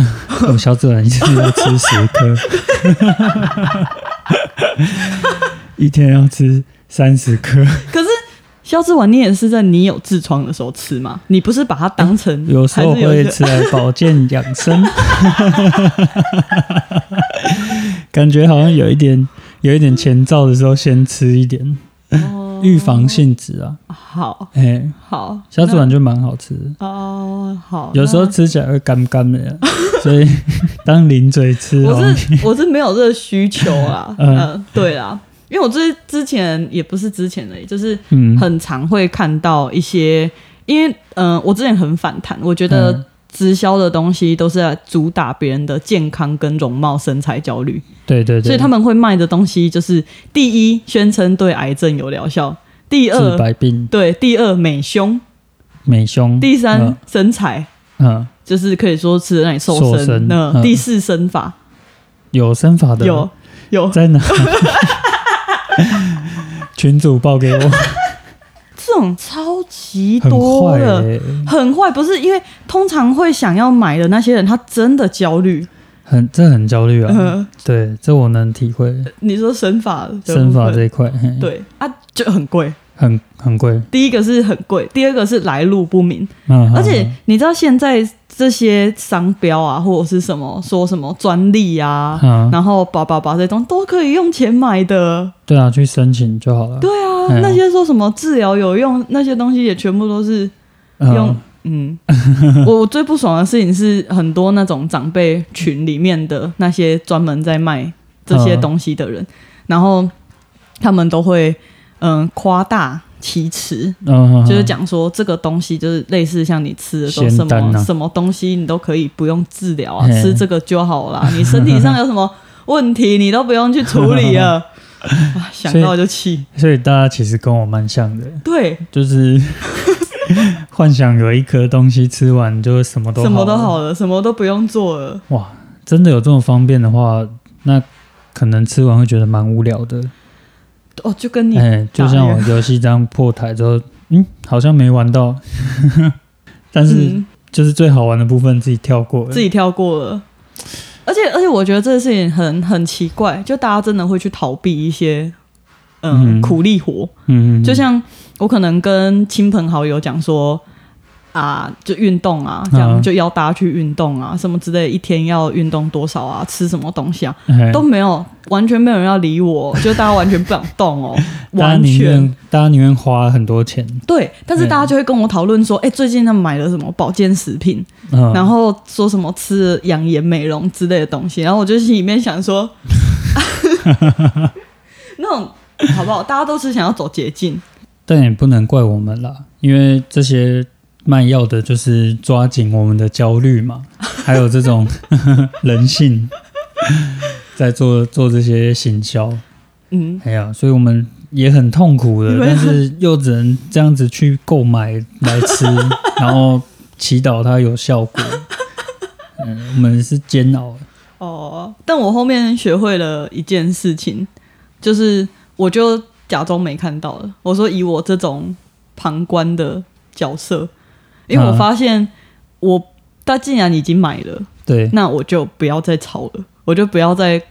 S1: 我哦小主人一天要吃十颗， 一天要吃三十 颗，
S2: 可是消脂丸你也是在你有痔疮的时候吃吗？你不是把它当 成
S1: 有时候
S2: 还是有一
S1: 会
S2: 个
S1: 吃来保健养生， 感觉好像有一点有一点前兆的时候先吃一点，
S2: 哦
S1: 预防性质啊。
S2: 好
S1: 哎、
S2: 好
S1: 小主
S2: 那
S1: 人就蛮好吃的，
S2: 哦好，
S1: 有时候
S2: 那
S1: 吃起来会干干的呀，所 以当零嘴吃
S2: 我
S1: 哦。，
S2: 是我是没有这个需求啦
S1: 嗯
S2: 嗯、对啦，因为我之之前也不是之前而已，就是
S1: 嗯，
S2: 很常会看到一些，因为嗯、呃我之前很反弹，我觉
S1: 嗯
S2: 得直销的东西都是在主打别人的健康跟容貌、身材焦虑，
S1: 对对对，
S2: 所以他们会卖的东西就是第一，宣称对癌症有疗效；第
S1: 治
S2: 二，
S1: 百病、
S2: 对第二美胸；
S1: 美胸。
S2: 第三、身材，
S1: 嗯，嗯，
S2: 就是可以说是让你瘦
S1: 瘦
S2: 身。
S1: 身
S2: 那、
S1: 嗯
S2: 第四身法
S1: 有身法的
S2: 有 有
S1: 在哪？群主报 给我，
S2: 这种超级
S1: 很
S2: 多
S1: 快
S2: 的。
S1: 欸，
S2: 很坏，不是因为通常会想要买的那些人，他真的焦虑。
S1: 很这很焦虑啊。
S2: 呃
S1: 对，这我能体会，
S2: 你说神法的部分，
S1: 身法这一块，嘿
S2: 对啊，就很贵。
S1: 很很贵，
S2: 第一个是很贵，第二个是来路不明，
S1: 嗯，
S2: 而且你知道现在这些商标啊，或者是什么说什么专利啊，
S1: 啊，嗯
S2: 然后叭叭叭这种都可以用钱买的。
S1: 对啊，去申请就好了，
S2: 对啊，
S1: 嗯
S2: 那些说什么治疗有用那些东西也全部都是
S1: 嗯
S2: 用。嗯， 我我最不爽的事情是很多那种长辈群里面的那些专门在卖这些东西的人，
S1: 嗯
S2: 然后他们都会嗯夸大其词，
S1: 嗯，
S2: 就是讲说这个东西就是类似像你吃的时候
S1: 仙
S2: 什
S1: 丹
S2: 么、
S1: 啊
S2: 什么东西你都可以不用治疗啊，
S1: 嘿
S2: 吃这个就好啦。你身体上有什么问题你都不用去处理了， 啊、想到就气。
S1: 嗯，所以大家其实跟我蛮像的，
S2: 对，
S1: 就是 幻想有一颗东西吃完就什么都啊
S2: 什么都
S1: 了
S2: 好了，什么都不用做了。
S1: 哇，真的有这么方便的话，那可能吃完会觉得蛮无聊的。
S2: 哦，就跟你
S1: 哎、就像我游戏这样破台之后，嗯，好像没玩到， 但是
S2: 嗯、
S1: 就是最好玩的部分自己跳过了，
S2: 自己跳过了。而且而且，我觉得这件事情很很奇怪，就大家真的会去逃避一些嗯
S1: 嗯
S2: 苦力活，
S1: 嗯，嗯，嗯
S2: 就像我可能跟亲朋好友讲说，啊，就运动啊，这样、
S1: 嗯
S2: 就要大家去运动啊，什么之类，一天要运动多少啊，吃什么东西啊，
S1: 哎
S2: 都没有，完全没有人要 理我，就大家完全不想动哦，
S1: 大家
S2: 完
S1: 宁
S2: 全
S1: 愿大家宁愿花很多钱，
S2: 对。但是
S1: 嗯
S2: 大家就会跟我讨论说，哎、最近他们买了什么保健食品，
S1: 嗯，
S2: 然后说什么吃养颜美容之类的东西，然后我就心里面想说， 那种好不好？大家都是想要走捷径，
S1: 但也不能怪我们啦，因为这些卖药的就是抓紧我们的焦虑 嘛，还有这种 人性，在做做这些行销。
S2: 嗯，
S1: 哎呀，所以我们也很痛苦的
S2: 你，们
S1: 但是又只能这样子去购买来 吃，然后祈祷它有效果。嗯，我们是煎熬的，
S2: 哦。但我后面学会了一件事情，就是我就假装没看到了。我说以我这种旁观的角色，因为我
S1: 嗯
S2: 发现我，他既然已经买了。
S1: 对，
S2: 那我就不要再吵了，我就不要再。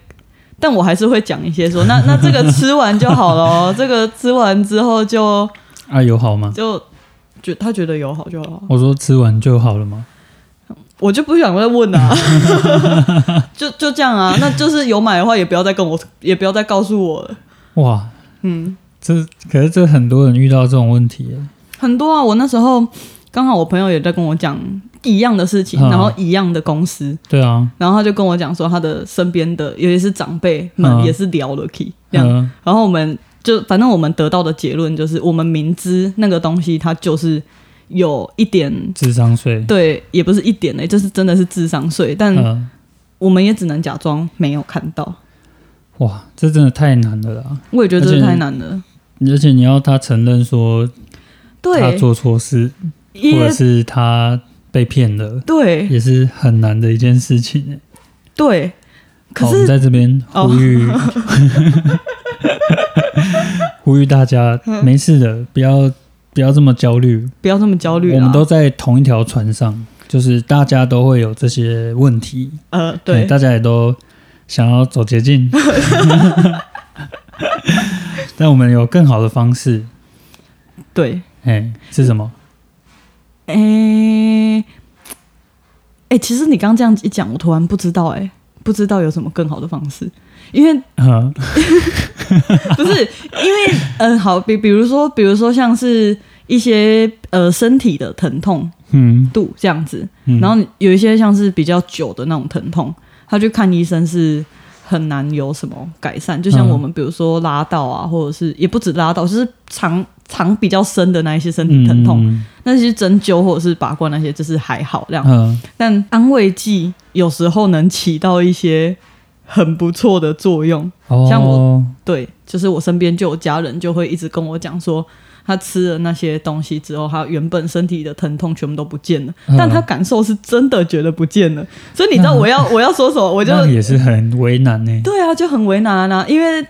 S2: 但我还是会讲一些说，那 那这个吃完就好 了哦，这个吃完之后就
S1: 啊，有好吗？
S2: 就觉他觉得有好就好，
S1: 我说吃完就好了吗？
S2: 我就不想再问 了、啊，就就这样啊。那就是有买的话，也不要再跟我，也不要再告诉我了。
S1: 哇，
S2: 嗯，
S1: 这可是这很多人遇到这种问题耶，
S2: 很多啊，我那时候刚好我朋友也在跟我讲一样的事情，
S1: 嗯
S2: 然后一样的公司，
S1: 对啊，
S2: 然后他就跟我讲说，他的身边的尤其是长辈们
S1: 嗯
S2: 也是聊了 key 这样，
S1: 嗯
S2: 然后我们就反正我们得到的结论就是，我们明知那个东西它就是有一点
S1: 智商税，
S2: 对，也不是一点嘞、欸就是真的是智商税，但
S1: 嗯，
S2: 我们也只能假装没有看到。
S1: 哇，这真的太难了啦！
S2: 我也觉得
S1: 而
S2: 这
S1: 且
S2: 太难了，
S1: 而且你要他承认说他
S2: 对，
S1: 做错事，或
S2: 也
S1: 者是他被骗了，
S2: 对
S1: 也是很难的一件事情耶。
S2: 对，可
S1: 好，我们
S2: 是哦
S1: 在这边呼吁， 呼吁大家没事的，不要不要这么焦虑。
S2: 不要这么嗯焦虑
S1: 我
S2: 啊
S1: 们都在同一条船上，就是大家都会有这些问题，
S2: 呃，
S1: 哎
S2: 对，
S1: 大家也都想要走捷径， 但我们有更好的方式。
S2: 对，
S1: 哎，是什么？
S2: 诶、诶、其实你刚刚这样一讲，我突然不知道、诶，不知道有什么更好的方式，因为
S1: 啊，
S2: 不是因为嗯，好比比如说，比如说像是一些呃身体的疼痛
S1: 嗯，
S2: 度这样子，
S1: 嗯
S2: 然后有一些像是比较久的那种疼痛，他去看医生是很难有什么改善。就像
S1: 嗯
S2: 我们比如说拉到啊，或者是也不止拉到，就是肠肠比较深的那一些身体疼
S1: 嗯
S2: 痛，，那些针灸或者是拔罐那些，就是还好这样。
S1: 嗯
S2: 但安慰剂有时候能起到一些很不错的作用。
S1: 嗯，
S2: 像
S1: 我，
S2: 对，就是我身边就有家人就会一直跟我讲说，他吃了那些东西之后，他原本身体的疼痛全部都不见了，
S1: 嗯
S2: 但他感受是真的觉得不见了。所以你知道我要我要说什么，我就
S1: 那也是很为难哎呢。
S2: 对啊，就很为难啊，因为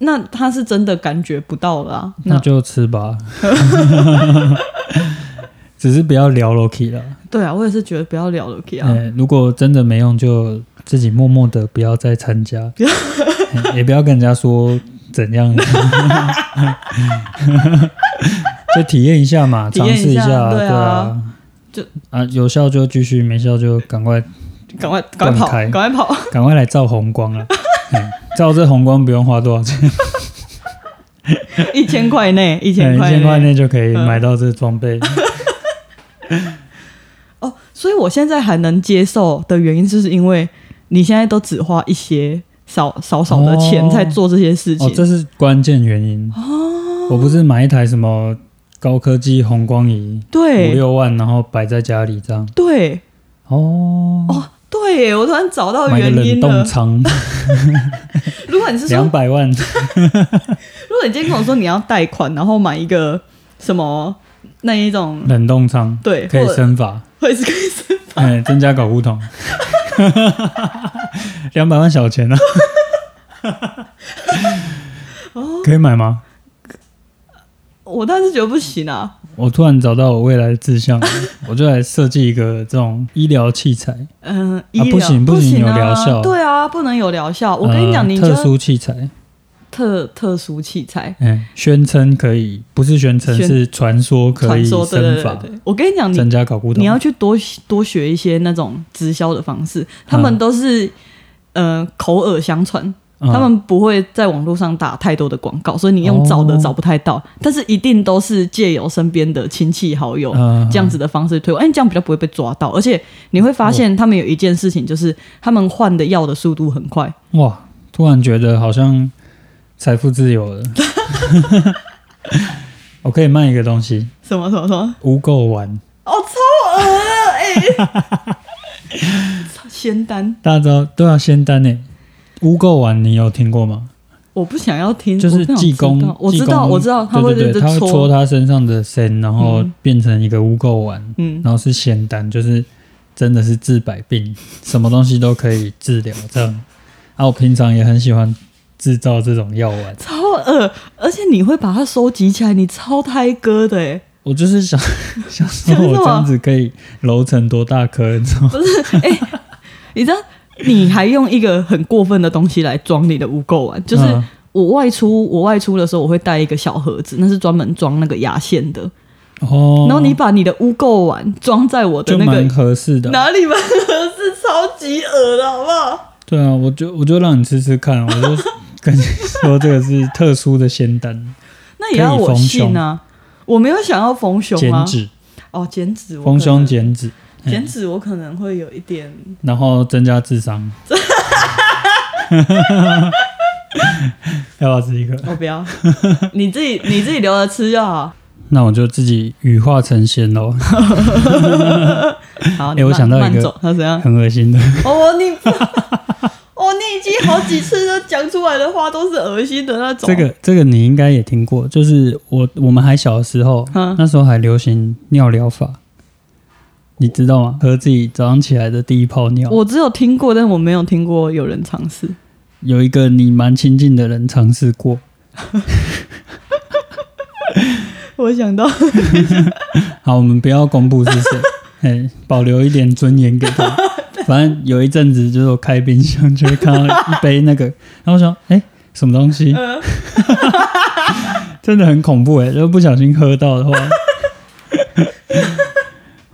S2: 那他是真的感觉不到了啊。
S1: 那就吃吧， 只是不要聊 Loki 了。
S2: 对啊，我也是觉得不要聊了，Kia。啊
S1: 哎，如果真的没用，就自己默默的不要再参加，哎也不要跟人家说怎 样，就体验一下嘛，
S2: 体
S1: 尝
S2: 验
S1: 试
S2: 一下
S1: 下，
S2: 对
S1: 对
S2: 啊
S1: 啊，
S2: 就
S1: 啊有效就继续，没效就赶快
S2: 赶快，赶快跑，
S1: 断开
S2: 赶快跑！
S1: 赶快来照红光 了。哎照这红光不用花多少钱。
S2: 一千 块内，一千
S1: 嗯一
S2: 块
S1: 千块
S2: 内嗯
S1: 内就可以买到这装备。
S2: 哦。所以我现在还能接受的原因，就是因为你现在都只花一些少少少的钱
S1: 哦
S2: 在做这些事情。
S1: 哦，这是关键原因。
S2: 哦
S1: 我不是买一台什么高科技红光仪，五
S2: 对
S1: 六万，然后摆在家里这样。
S2: 对
S1: 哦，
S2: 哦，对耶，我突然找到
S1: 买个
S2: 原因
S1: 冷
S2: 啊
S1: 冻
S2: 了。
S1: 仓，
S2: 如果你是说，
S1: 两百 万。
S2: 如果你今天跟我说你要贷款，然后买一个什么那一种，
S1: 冷冻仓
S2: 对，
S1: 嗯可以
S2: 或者
S1: 生发，
S2: 会是可以生，
S1: 哎，增加搞不同。 两百万小 钱啊！
S2: 哦
S1: 可以买吗？
S2: 我当然是觉得不行啊。
S1: 我突然找到我未来的志向了，我就来设计一个这种医疗器材。
S2: 嗯、医疗
S1: 啊不行
S2: 不
S1: 不行有
S2: 啊
S1: 疗效
S2: 对啊，不能有疗效。我跟你讲，
S1: 呃
S2: 你就
S1: 特殊器材，
S2: 特特殊器材。
S1: 哎，宣称可以，不是宣称，
S2: 宣
S1: 是传说可
S2: 传
S1: 以
S2: 说对
S1: 生
S2: 对对
S1: 法，
S2: 对，我跟你讲，你
S1: 增加搞骨头。
S2: 你要去多多学一些那种直销的方式，他们都是、呃口耳相传，
S1: 嗯
S2: 他们不会在网络上打太多的广告，所以你用找的
S1: 哦
S2: 找不太到，但是一定都是借由身边的亲戚好友。
S1: 嗯
S2: 这样子的方式推广，哎、这样比较不会被抓到，而且你会发
S1: 哦
S2: 现他们有一件事情，就是他们换的药的速度很快，
S1: 嗯哇，突然觉得好像财富自由了。 我可以卖一个东西，
S2: 什么什么什么，
S1: 污垢丸。
S2: 哦，超恶的，哎、 仙丹，
S1: 大家知道都要仙丹呢、污垢丸你有听过吗？
S2: 我不想要听，
S1: 就是
S2: 我不想
S1: 济公
S2: 知道，我知
S1: 济
S2: 道，
S1: 公
S2: 我知道，他会
S1: 对对
S2: 一直
S1: 对，他会
S2: 戳
S1: 戳他身上的身，然后
S2: 嗯
S1: 变成一个污垢丸，
S2: 嗯，
S1: 然后是仙丹，就是真的是治百病， 什么东西都可以治疗这样。啊，我平常也很喜欢制造这种药丸，
S2: 超恶，而且你会把它收集起来，你超胎哥的哎，
S1: 我就是想 想说
S2: 想什么
S1: 我这样子可以揉成多大颗，你知道吗？
S2: 你知道？你还用一个很过分的东西来装你的污垢丸， 就是
S1: 嗯
S2: 我外出，我外出的时候我会带一个小盒子，那是专门装那个牙线的。
S1: 哦，
S2: 然后你把你的污垢丸装在我的
S1: 就
S2: 那 个
S1: 蛮合适的，
S2: 哪里蛮合适，超级恶的好不好？
S1: 对啊，我就我就让你吃吃看，啊我 就跟你说这个是特殊的仙丹，
S2: 那也要我信啊！我没有想要丰胸
S1: 减
S2: 啊，
S1: 脂，
S2: 哦，减脂我可
S1: 丰
S2: 能，
S1: 胸哎减脂，
S2: 减脂我可能会有一点
S1: 然后增加智商。 要不要吃一个？
S2: 我哦不要，你自己你自己留着吃就好。
S1: 那我就自己羽化成仙喽，
S2: 好，
S1: 哎
S2: 你
S1: 我
S2: 慢
S1: 想到一个
S2: 慢走，他怎样？
S1: 很恶心的。
S2: 哦，你哦，你已经好几次都讲出来的话都是恶心的那种。
S1: 这个这个你应该也听过，就是我我们还小的时候，
S2: 嗯
S1: 那时候还流行尿疗法，你知道吗？喝自己早上起来的第一泡尿，
S2: 我只有听过，但我没有听过有人尝试。
S1: 有一个你蛮亲近的人尝试过，
S2: 我想到，
S1: 好，我们不要公布是 谁，哎，保留一点尊严给他。反正有一阵子，就是我开冰箱就会看到一杯那个，然后我想，哎、什么东西？
S2: 嗯
S1: 真的很恐怖哎、如果不小心喝到的 话。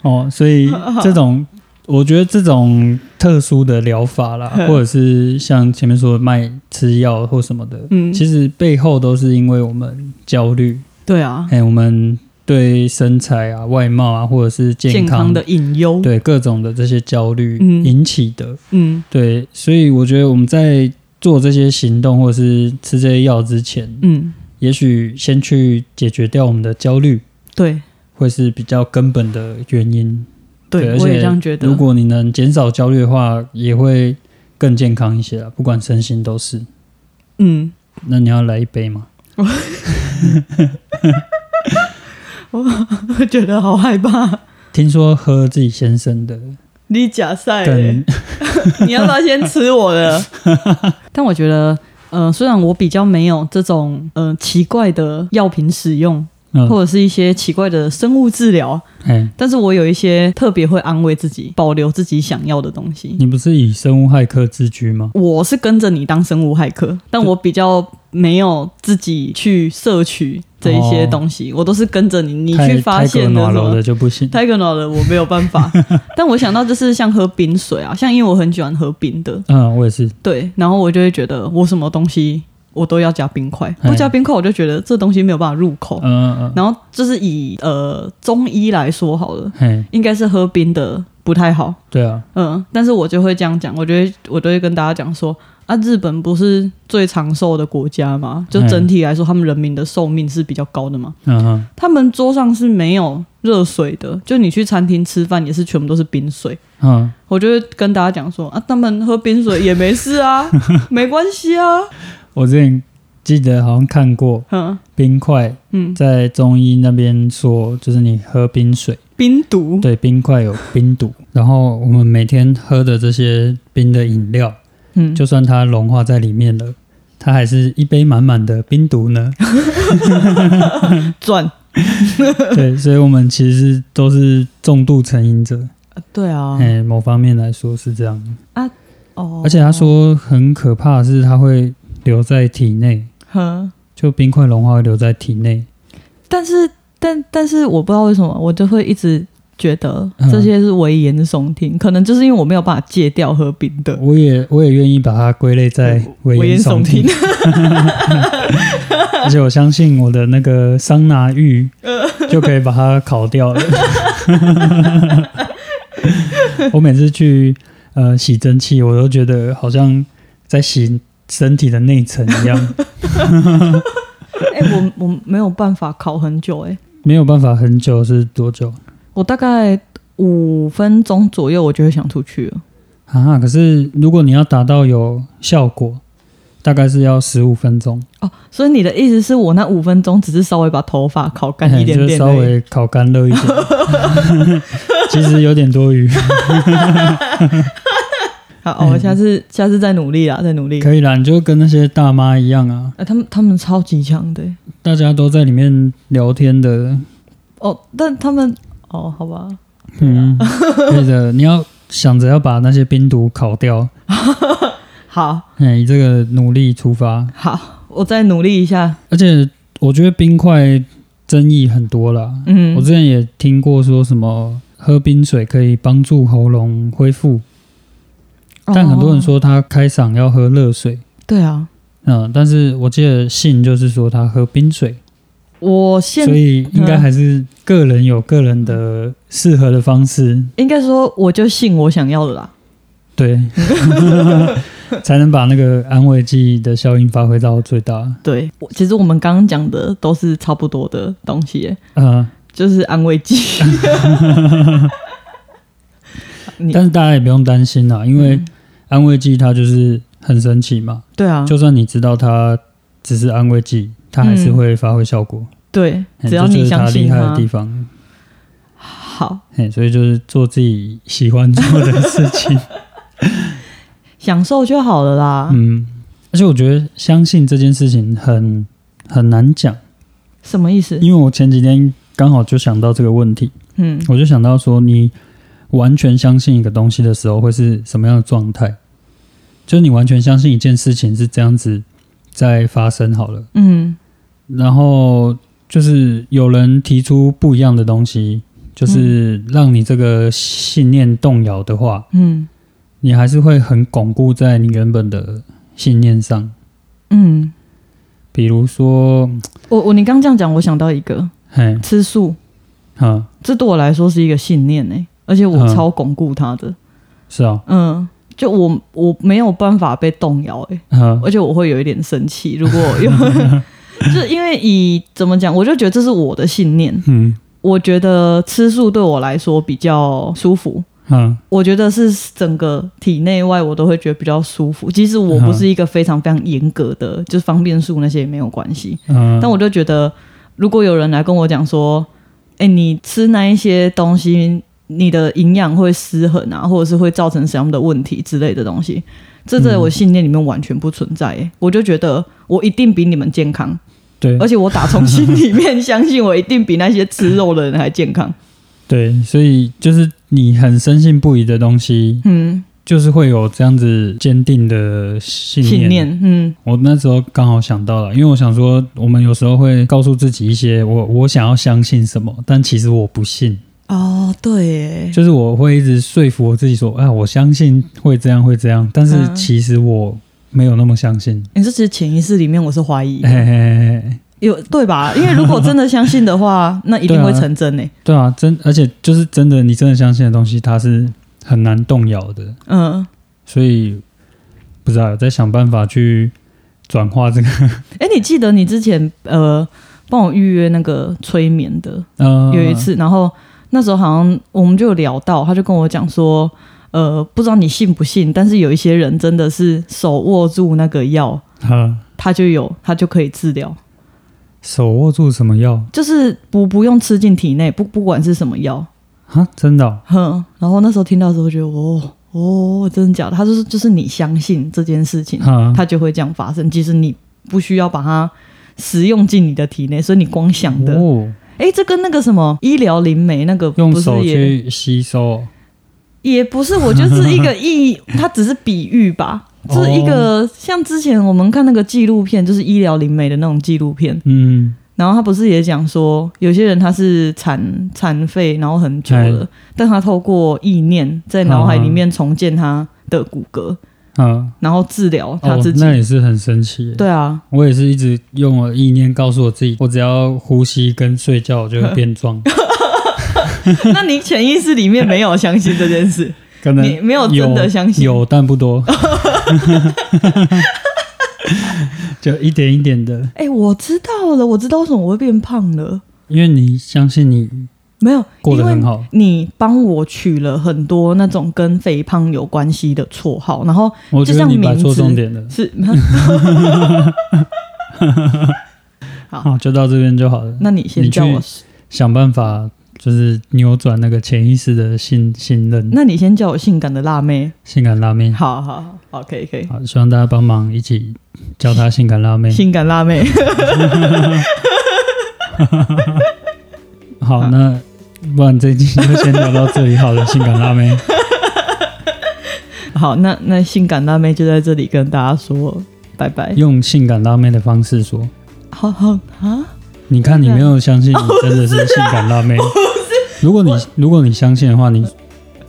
S1: 哦，所以
S2: 嗯
S1: 这种，我觉得这种特殊的疗法啦，
S2: 嗯
S1: 或者是像前面说的卖吃药或什么的，
S2: 嗯
S1: 其实背后都是因为我们焦虑，
S2: 对啊，
S1: 哎、我们对身材啊、外貌啊，或者是健
S2: 健
S1: 康
S2: 康的隐忧。
S1: 对各种的这些焦虑
S2: 嗯
S1: 引起的、
S2: 嗯
S1: 对，所以我觉得我们在做这些行动或者是吃这些药之前，
S2: 嗯，
S1: 也许先去解决掉我们的焦虑，
S2: 对
S1: 会是比较根本的原因。对而且
S2: 对，我也这样觉得
S1: 如。果你能减少焦虑的话，也会更健康一些啊啦，不管身心都是。
S2: 嗯，
S1: 那你要来一杯吗？
S2: 我觉得好害怕。
S1: 听说喝自己先生的
S2: 你假赛、欸
S1: 更
S2: 你要不要先吃我的？但我觉得，呃，虽然我比较没有这种呃奇怪的药品使用，
S1: 嗯
S2: 或者是一些奇怪的生物治疗，
S1: 哎、
S2: 但是我有一些特别会安慰自己、保留自己想要的东西。
S1: 你不是以生物骇客自居吗？
S2: 我是跟着你当生物骇客，但我比较没有自己去摄取这一些东西，我都是跟着你，你
S1: 太
S2: 去发现
S1: 太
S2: 的
S1: 哦格
S2: 什
S1: 暖
S2: 么
S1: 了。就不行。
S2: 太热闹了，我没有办 法。但我想到就是像喝冰水啊，像因为我很喜欢喝冰的，
S1: 嗯，我也是。
S2: 对，然后我就会觉得我什么东西我都要加冰块，
S1: 哎
S2: 不加冰块我就觉得这东西没有办法入口。
S1: 嗯嗯嗯，
S2: 然后就是以呃中医来说好了，
S1: 嘿，
S2: 应该是喝冰的不太好，
S1: 对啊，
S2: 嗯，但是我就会这样讲，我就会我都会跟大家讲说。啊，日本不是最长寿的国家嘛？就
S1: 哎
S2: 整体来说，他们人民的寿命是比较高的嘛。
S1: 嗯哼，
S2: 他们桌上是没有热水的，就你去餐厅吃饭也是全部都是冰水。
S1: 嗯，
S2: 我就会跟大家讲说啊，他们喝冰水也没事 啊，没关系啊，
S1: 我之前记得好像看过
S2: 嗯
S1: 冰块
S2: 嗯，
S1: 在中医那边说，就是你喝冰水，
S2: 冰毒，
S1: 对，冰块有冰毒。然后我们每天喝的这些冰的饮料，
S2: 嗯，
S1: 就算它融化在里面了，它还是一杯满满的冰毒 呢。
S2: 赚，
S1: 对，所以我们其实都是重度成瘾者，
S2: 对啊，
S1: 哎，某方面来说是这样。
S2: 哦，
S1: 而且他，说很可怕的是，它会留在体内，
S2: 呵，
S1: 就冰块融化会留在体内。
S2: 但是但但是我不知道为什么，我就会一直觉得
S1: 嗯
S2: 这些是危言耸听，可能就是因为我没有办法戒掉喝冰的。
S1: 我也我也愿意把它归类在危言耸听，而且我相信我的那个桑拿浴就可以把它烤掉了。 我每次去呃洗蒸汽，我都觉得好像在洗身体的内层一样，
S2: 哎、我我没有办法烤很久、哎，
S1: 没有办法很久是多久
S2: 我大概五分钟左右，我就会想出去了。
S1: 啊？可是如果你要达到有效果，大概是要十五分钟，
S2: 哦，所以你的意思是我那五分钟只是稍微把头发烤干一点
S1: 嗯就
S2: 点
S1: 是
S2: 而已，
S1: 稍微烤干热一 点，其实有点多余。
S2: 好，哦我下次下次再努力啦，再努力。
S1: 嗯可以啦，你就跟那些大妈一样啊，
S2: 哎、他们他们超级强的、哎
S1: 大家都在里面聊天的，
S2: 哦，但他们哦，好吧，
S1: 嗯，
S2: 啊
S1: 对的，你要想着要把那些冰毒烤掉，
S2: 好
S1: 哎，以这个努力出发，
S2: 好，我再努力一下。
S1: 而且我觉得冰块争议很多啦，
S2: 嗯
S1: 我，之前也听过说什么喝冰水可以帮助喉咙恢复，但很多人
S2: 哦，
S1: 说他开嗓要喝热水，
S2: 对啊，
S1: 嗯，但是我记得信就是说他喝冰水，
S2: 我现
S1: 所以应该还是个人有个人的适合的方式。
S2: 应该说我就信我想要的啦。
S1: 对， 才能把那个安慰剂的效应发挥到最大。
S2: 对，我其实我们刚刚讲的都是差不多的东西、哎
S1: 呃，
S2: 就是安慰剂。你
S1: 但是大家也不用担心啦，因
S2: 嗯
S1: 为安慰剂它就是很神奇嘛，
S2: 对啊，
S1: 就算你知道它只是安慰剂，它还是会发挥效果。
S2: 对，
S1: 嘿
S2: 嗯只要
S1: 哎这就
S2: 你
S1: 是它
S2: 相
S1: 厉
S2: 信
S1: 害的
S2: 他
S1: 地，方。
S2: 好，
S1: 嘿，所以就是做自己喜欢做的事情。
S2: 享受就好了啦。
S1: 嗯，而且我觉得相信这件事情很很难讲，
S2: 什么意思？
S1: 因为我前几天刚好就想到这个问题。
S2: 嗯
S1: 我就想到说，你完全相信一个东西的时候，会是什么样的状态？就是你完全相信一件事情是这样子在发生好了，
S2: 嗯
S1: 然后就是有人提出不一样的东西，就是让你这个信念动摇的话，
S2: 嗯
S1: 你还是会很巩固在你原本的信念上。
S2: 嗯，
S1: 比如说，
S2: 我我你刚这样讲，我想到一个
S1: 嘿，
S2: 吃素，
S1: 啊，
S2: 这对我来说是一个信念呢、而且我
S1: 嗯
S2: 超巩固它的。
S1: 是啊，
S2: 嗯，就我我没有办法被动摇哎、
S1: 啊，
S2: 而且我会有一点生气，如果有。就是因为以怎么讲，我就觉得这是我的信念。
S1: 嗯，
S2: 我觉得吃素对我来说比较舒服，
S1: 啊，
S2: 我觉得是整个体内外我都会觉得比较舒服。即使我不是一个非常非常严格的，就是方便素那些也没有关系。
S1: 嗯，
S2: 但我就觉得，如果有人来跟我讲说，哎、你吃那一些东西，你的营养会失衡啊，或者是会造成什么样的问题之类的东西，这在我信念里面完全不存在、欸。我就觉得我一定比你们健康，
S1: 对
S2: 而且我打从心里面相信我一定比那些吃肉的人还健康。
S1: 对，所以就是你很深信不疑的东西，
S2: 嗯，
S1: 就是会有这样子坚定的信念。
S2: 信念，嗯
S1: 我那时候刚好想到了，因为我想说，我们有时候会告诉自己一些我我想要相信什么，但其实我不信，
S2: 哦，对耶，
S1: 就是我会一直说服我自己说，啊，我相信会这样会这样，但是
S2: 嗯
S1: 其实我没有那么相信。
S2: 你这其实潜意识里面我是怀疑的
S1: 嘿，嘿嘿嘿
S2: 有对吧？因为如果真的相信的话，那一定会
S1: 对啊
S2: 成真呢、
S1: 对啊，真而且就是真的，你真的相信的东西，它是很难动摇的。
S2: 嗯。
S1: 所以不知道有在想办法去转化这个
S2: 哎、你记得你之前呃帮我预约那个催眠的
S1: 呃
S2: 有一次，然后那时候好像我们就有聊到，他就跟我讲说，呃，不知道你信不信，但是有一些人真的是手握住那个药，
S1: 啊，
S2: 他就有他就可以治疗，
S1: 手握住什么药
S2: 就是不不用吃进体内，不不管是什么药，
S1: 啊？真的哦、
S2: 哼。然后那时候听到的时候觉得，哦哦，真的假的？他就是就是你相信这件事情，
S1: 啊，
S2: 它就会这样发生，即使你不需要把它食用进你的体内，所以你光想的。
S1: 哦，
S2: 哎，这跟那个什么医疗灵媒那个
S1: 用
S2: 不是
S1: 手
S2: 也
S1: 去吸收哦
S2: 也不是，我就是一个意，它只是比喻吧。
S1: 哦
S2: 就是一个像之前我们看那个纪录片，就是医疗灵媒的那种纪录片，
S1: 嗯，
S2: 然后他不是也讲说，有些人他是残残废，然后很久了，
S1: 哎
S2: 但他透过意念在脑海里面重建他的骨骼，
S1: 啊，
S2: 然后治疗他
S1: 哦
S2: 自，己。
S1: 那也是很神奇耶。
S2: 对啊，
S1: 我也是一直用我的意念告诉我自己，我只要呼吸跟睡觉，我就会 变壮。
S2: 那你潜意识里面没有相信这 件事，
S1: 可能
S2: 你没有 真的相信
S1: 有，但不 多， 就一点一点的，
S2: 哎、我知道了，我知道为什么我会变胖了。
S1: 因为你相信你
S2: 没有，
S1: 过得
S2: 因为
S1: 很好，
S2: 你帮我取了很多那种跟肥胖有关系的绰号，然后
S1: 我觉
S2: 就
S1: 得
S2: 像
S1: 你摆
S2: 名
S1: 错
S2: 字
S1: 重点了。
S2: 是，哦
S1: 好，哦就到这边就好了。
S2: 那你先叫
S1: 你去
S2: 我，
S1: 想办法就是扭转那个潜意识的信信任，
S2: 那你先叫我性感的辣妹。
S1: 性感拉面。
S2: 好好好好，可以可以，
S1: 好，希望大家帮忙一起叫她性感拉妹。
S2: 性感辣妹。
S1: 好，那不然这一集就先聊到这里好了，性感拉 妹。
S2: 好，那那性感辣妹就在这里跟大家说拜拜。
S1: 用性感辣妹的方式说，
S2: 好好啊，
S1: 你看你没有相信，你真的是性感辣妹。如果你如果你相信的话，你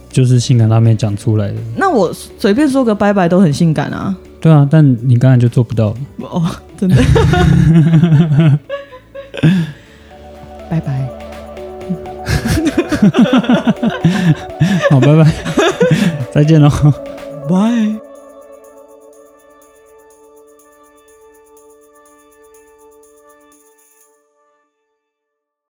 S1: 就是性感辣妹讲出来的。
S2: 那我随便说个拜拜都很性感啊。
S1: 对啊，但你刚才就做不到。
S2: 哦，真的。拜拜。
S1: 好，拜拜，再见喽。哦
S2: 拜。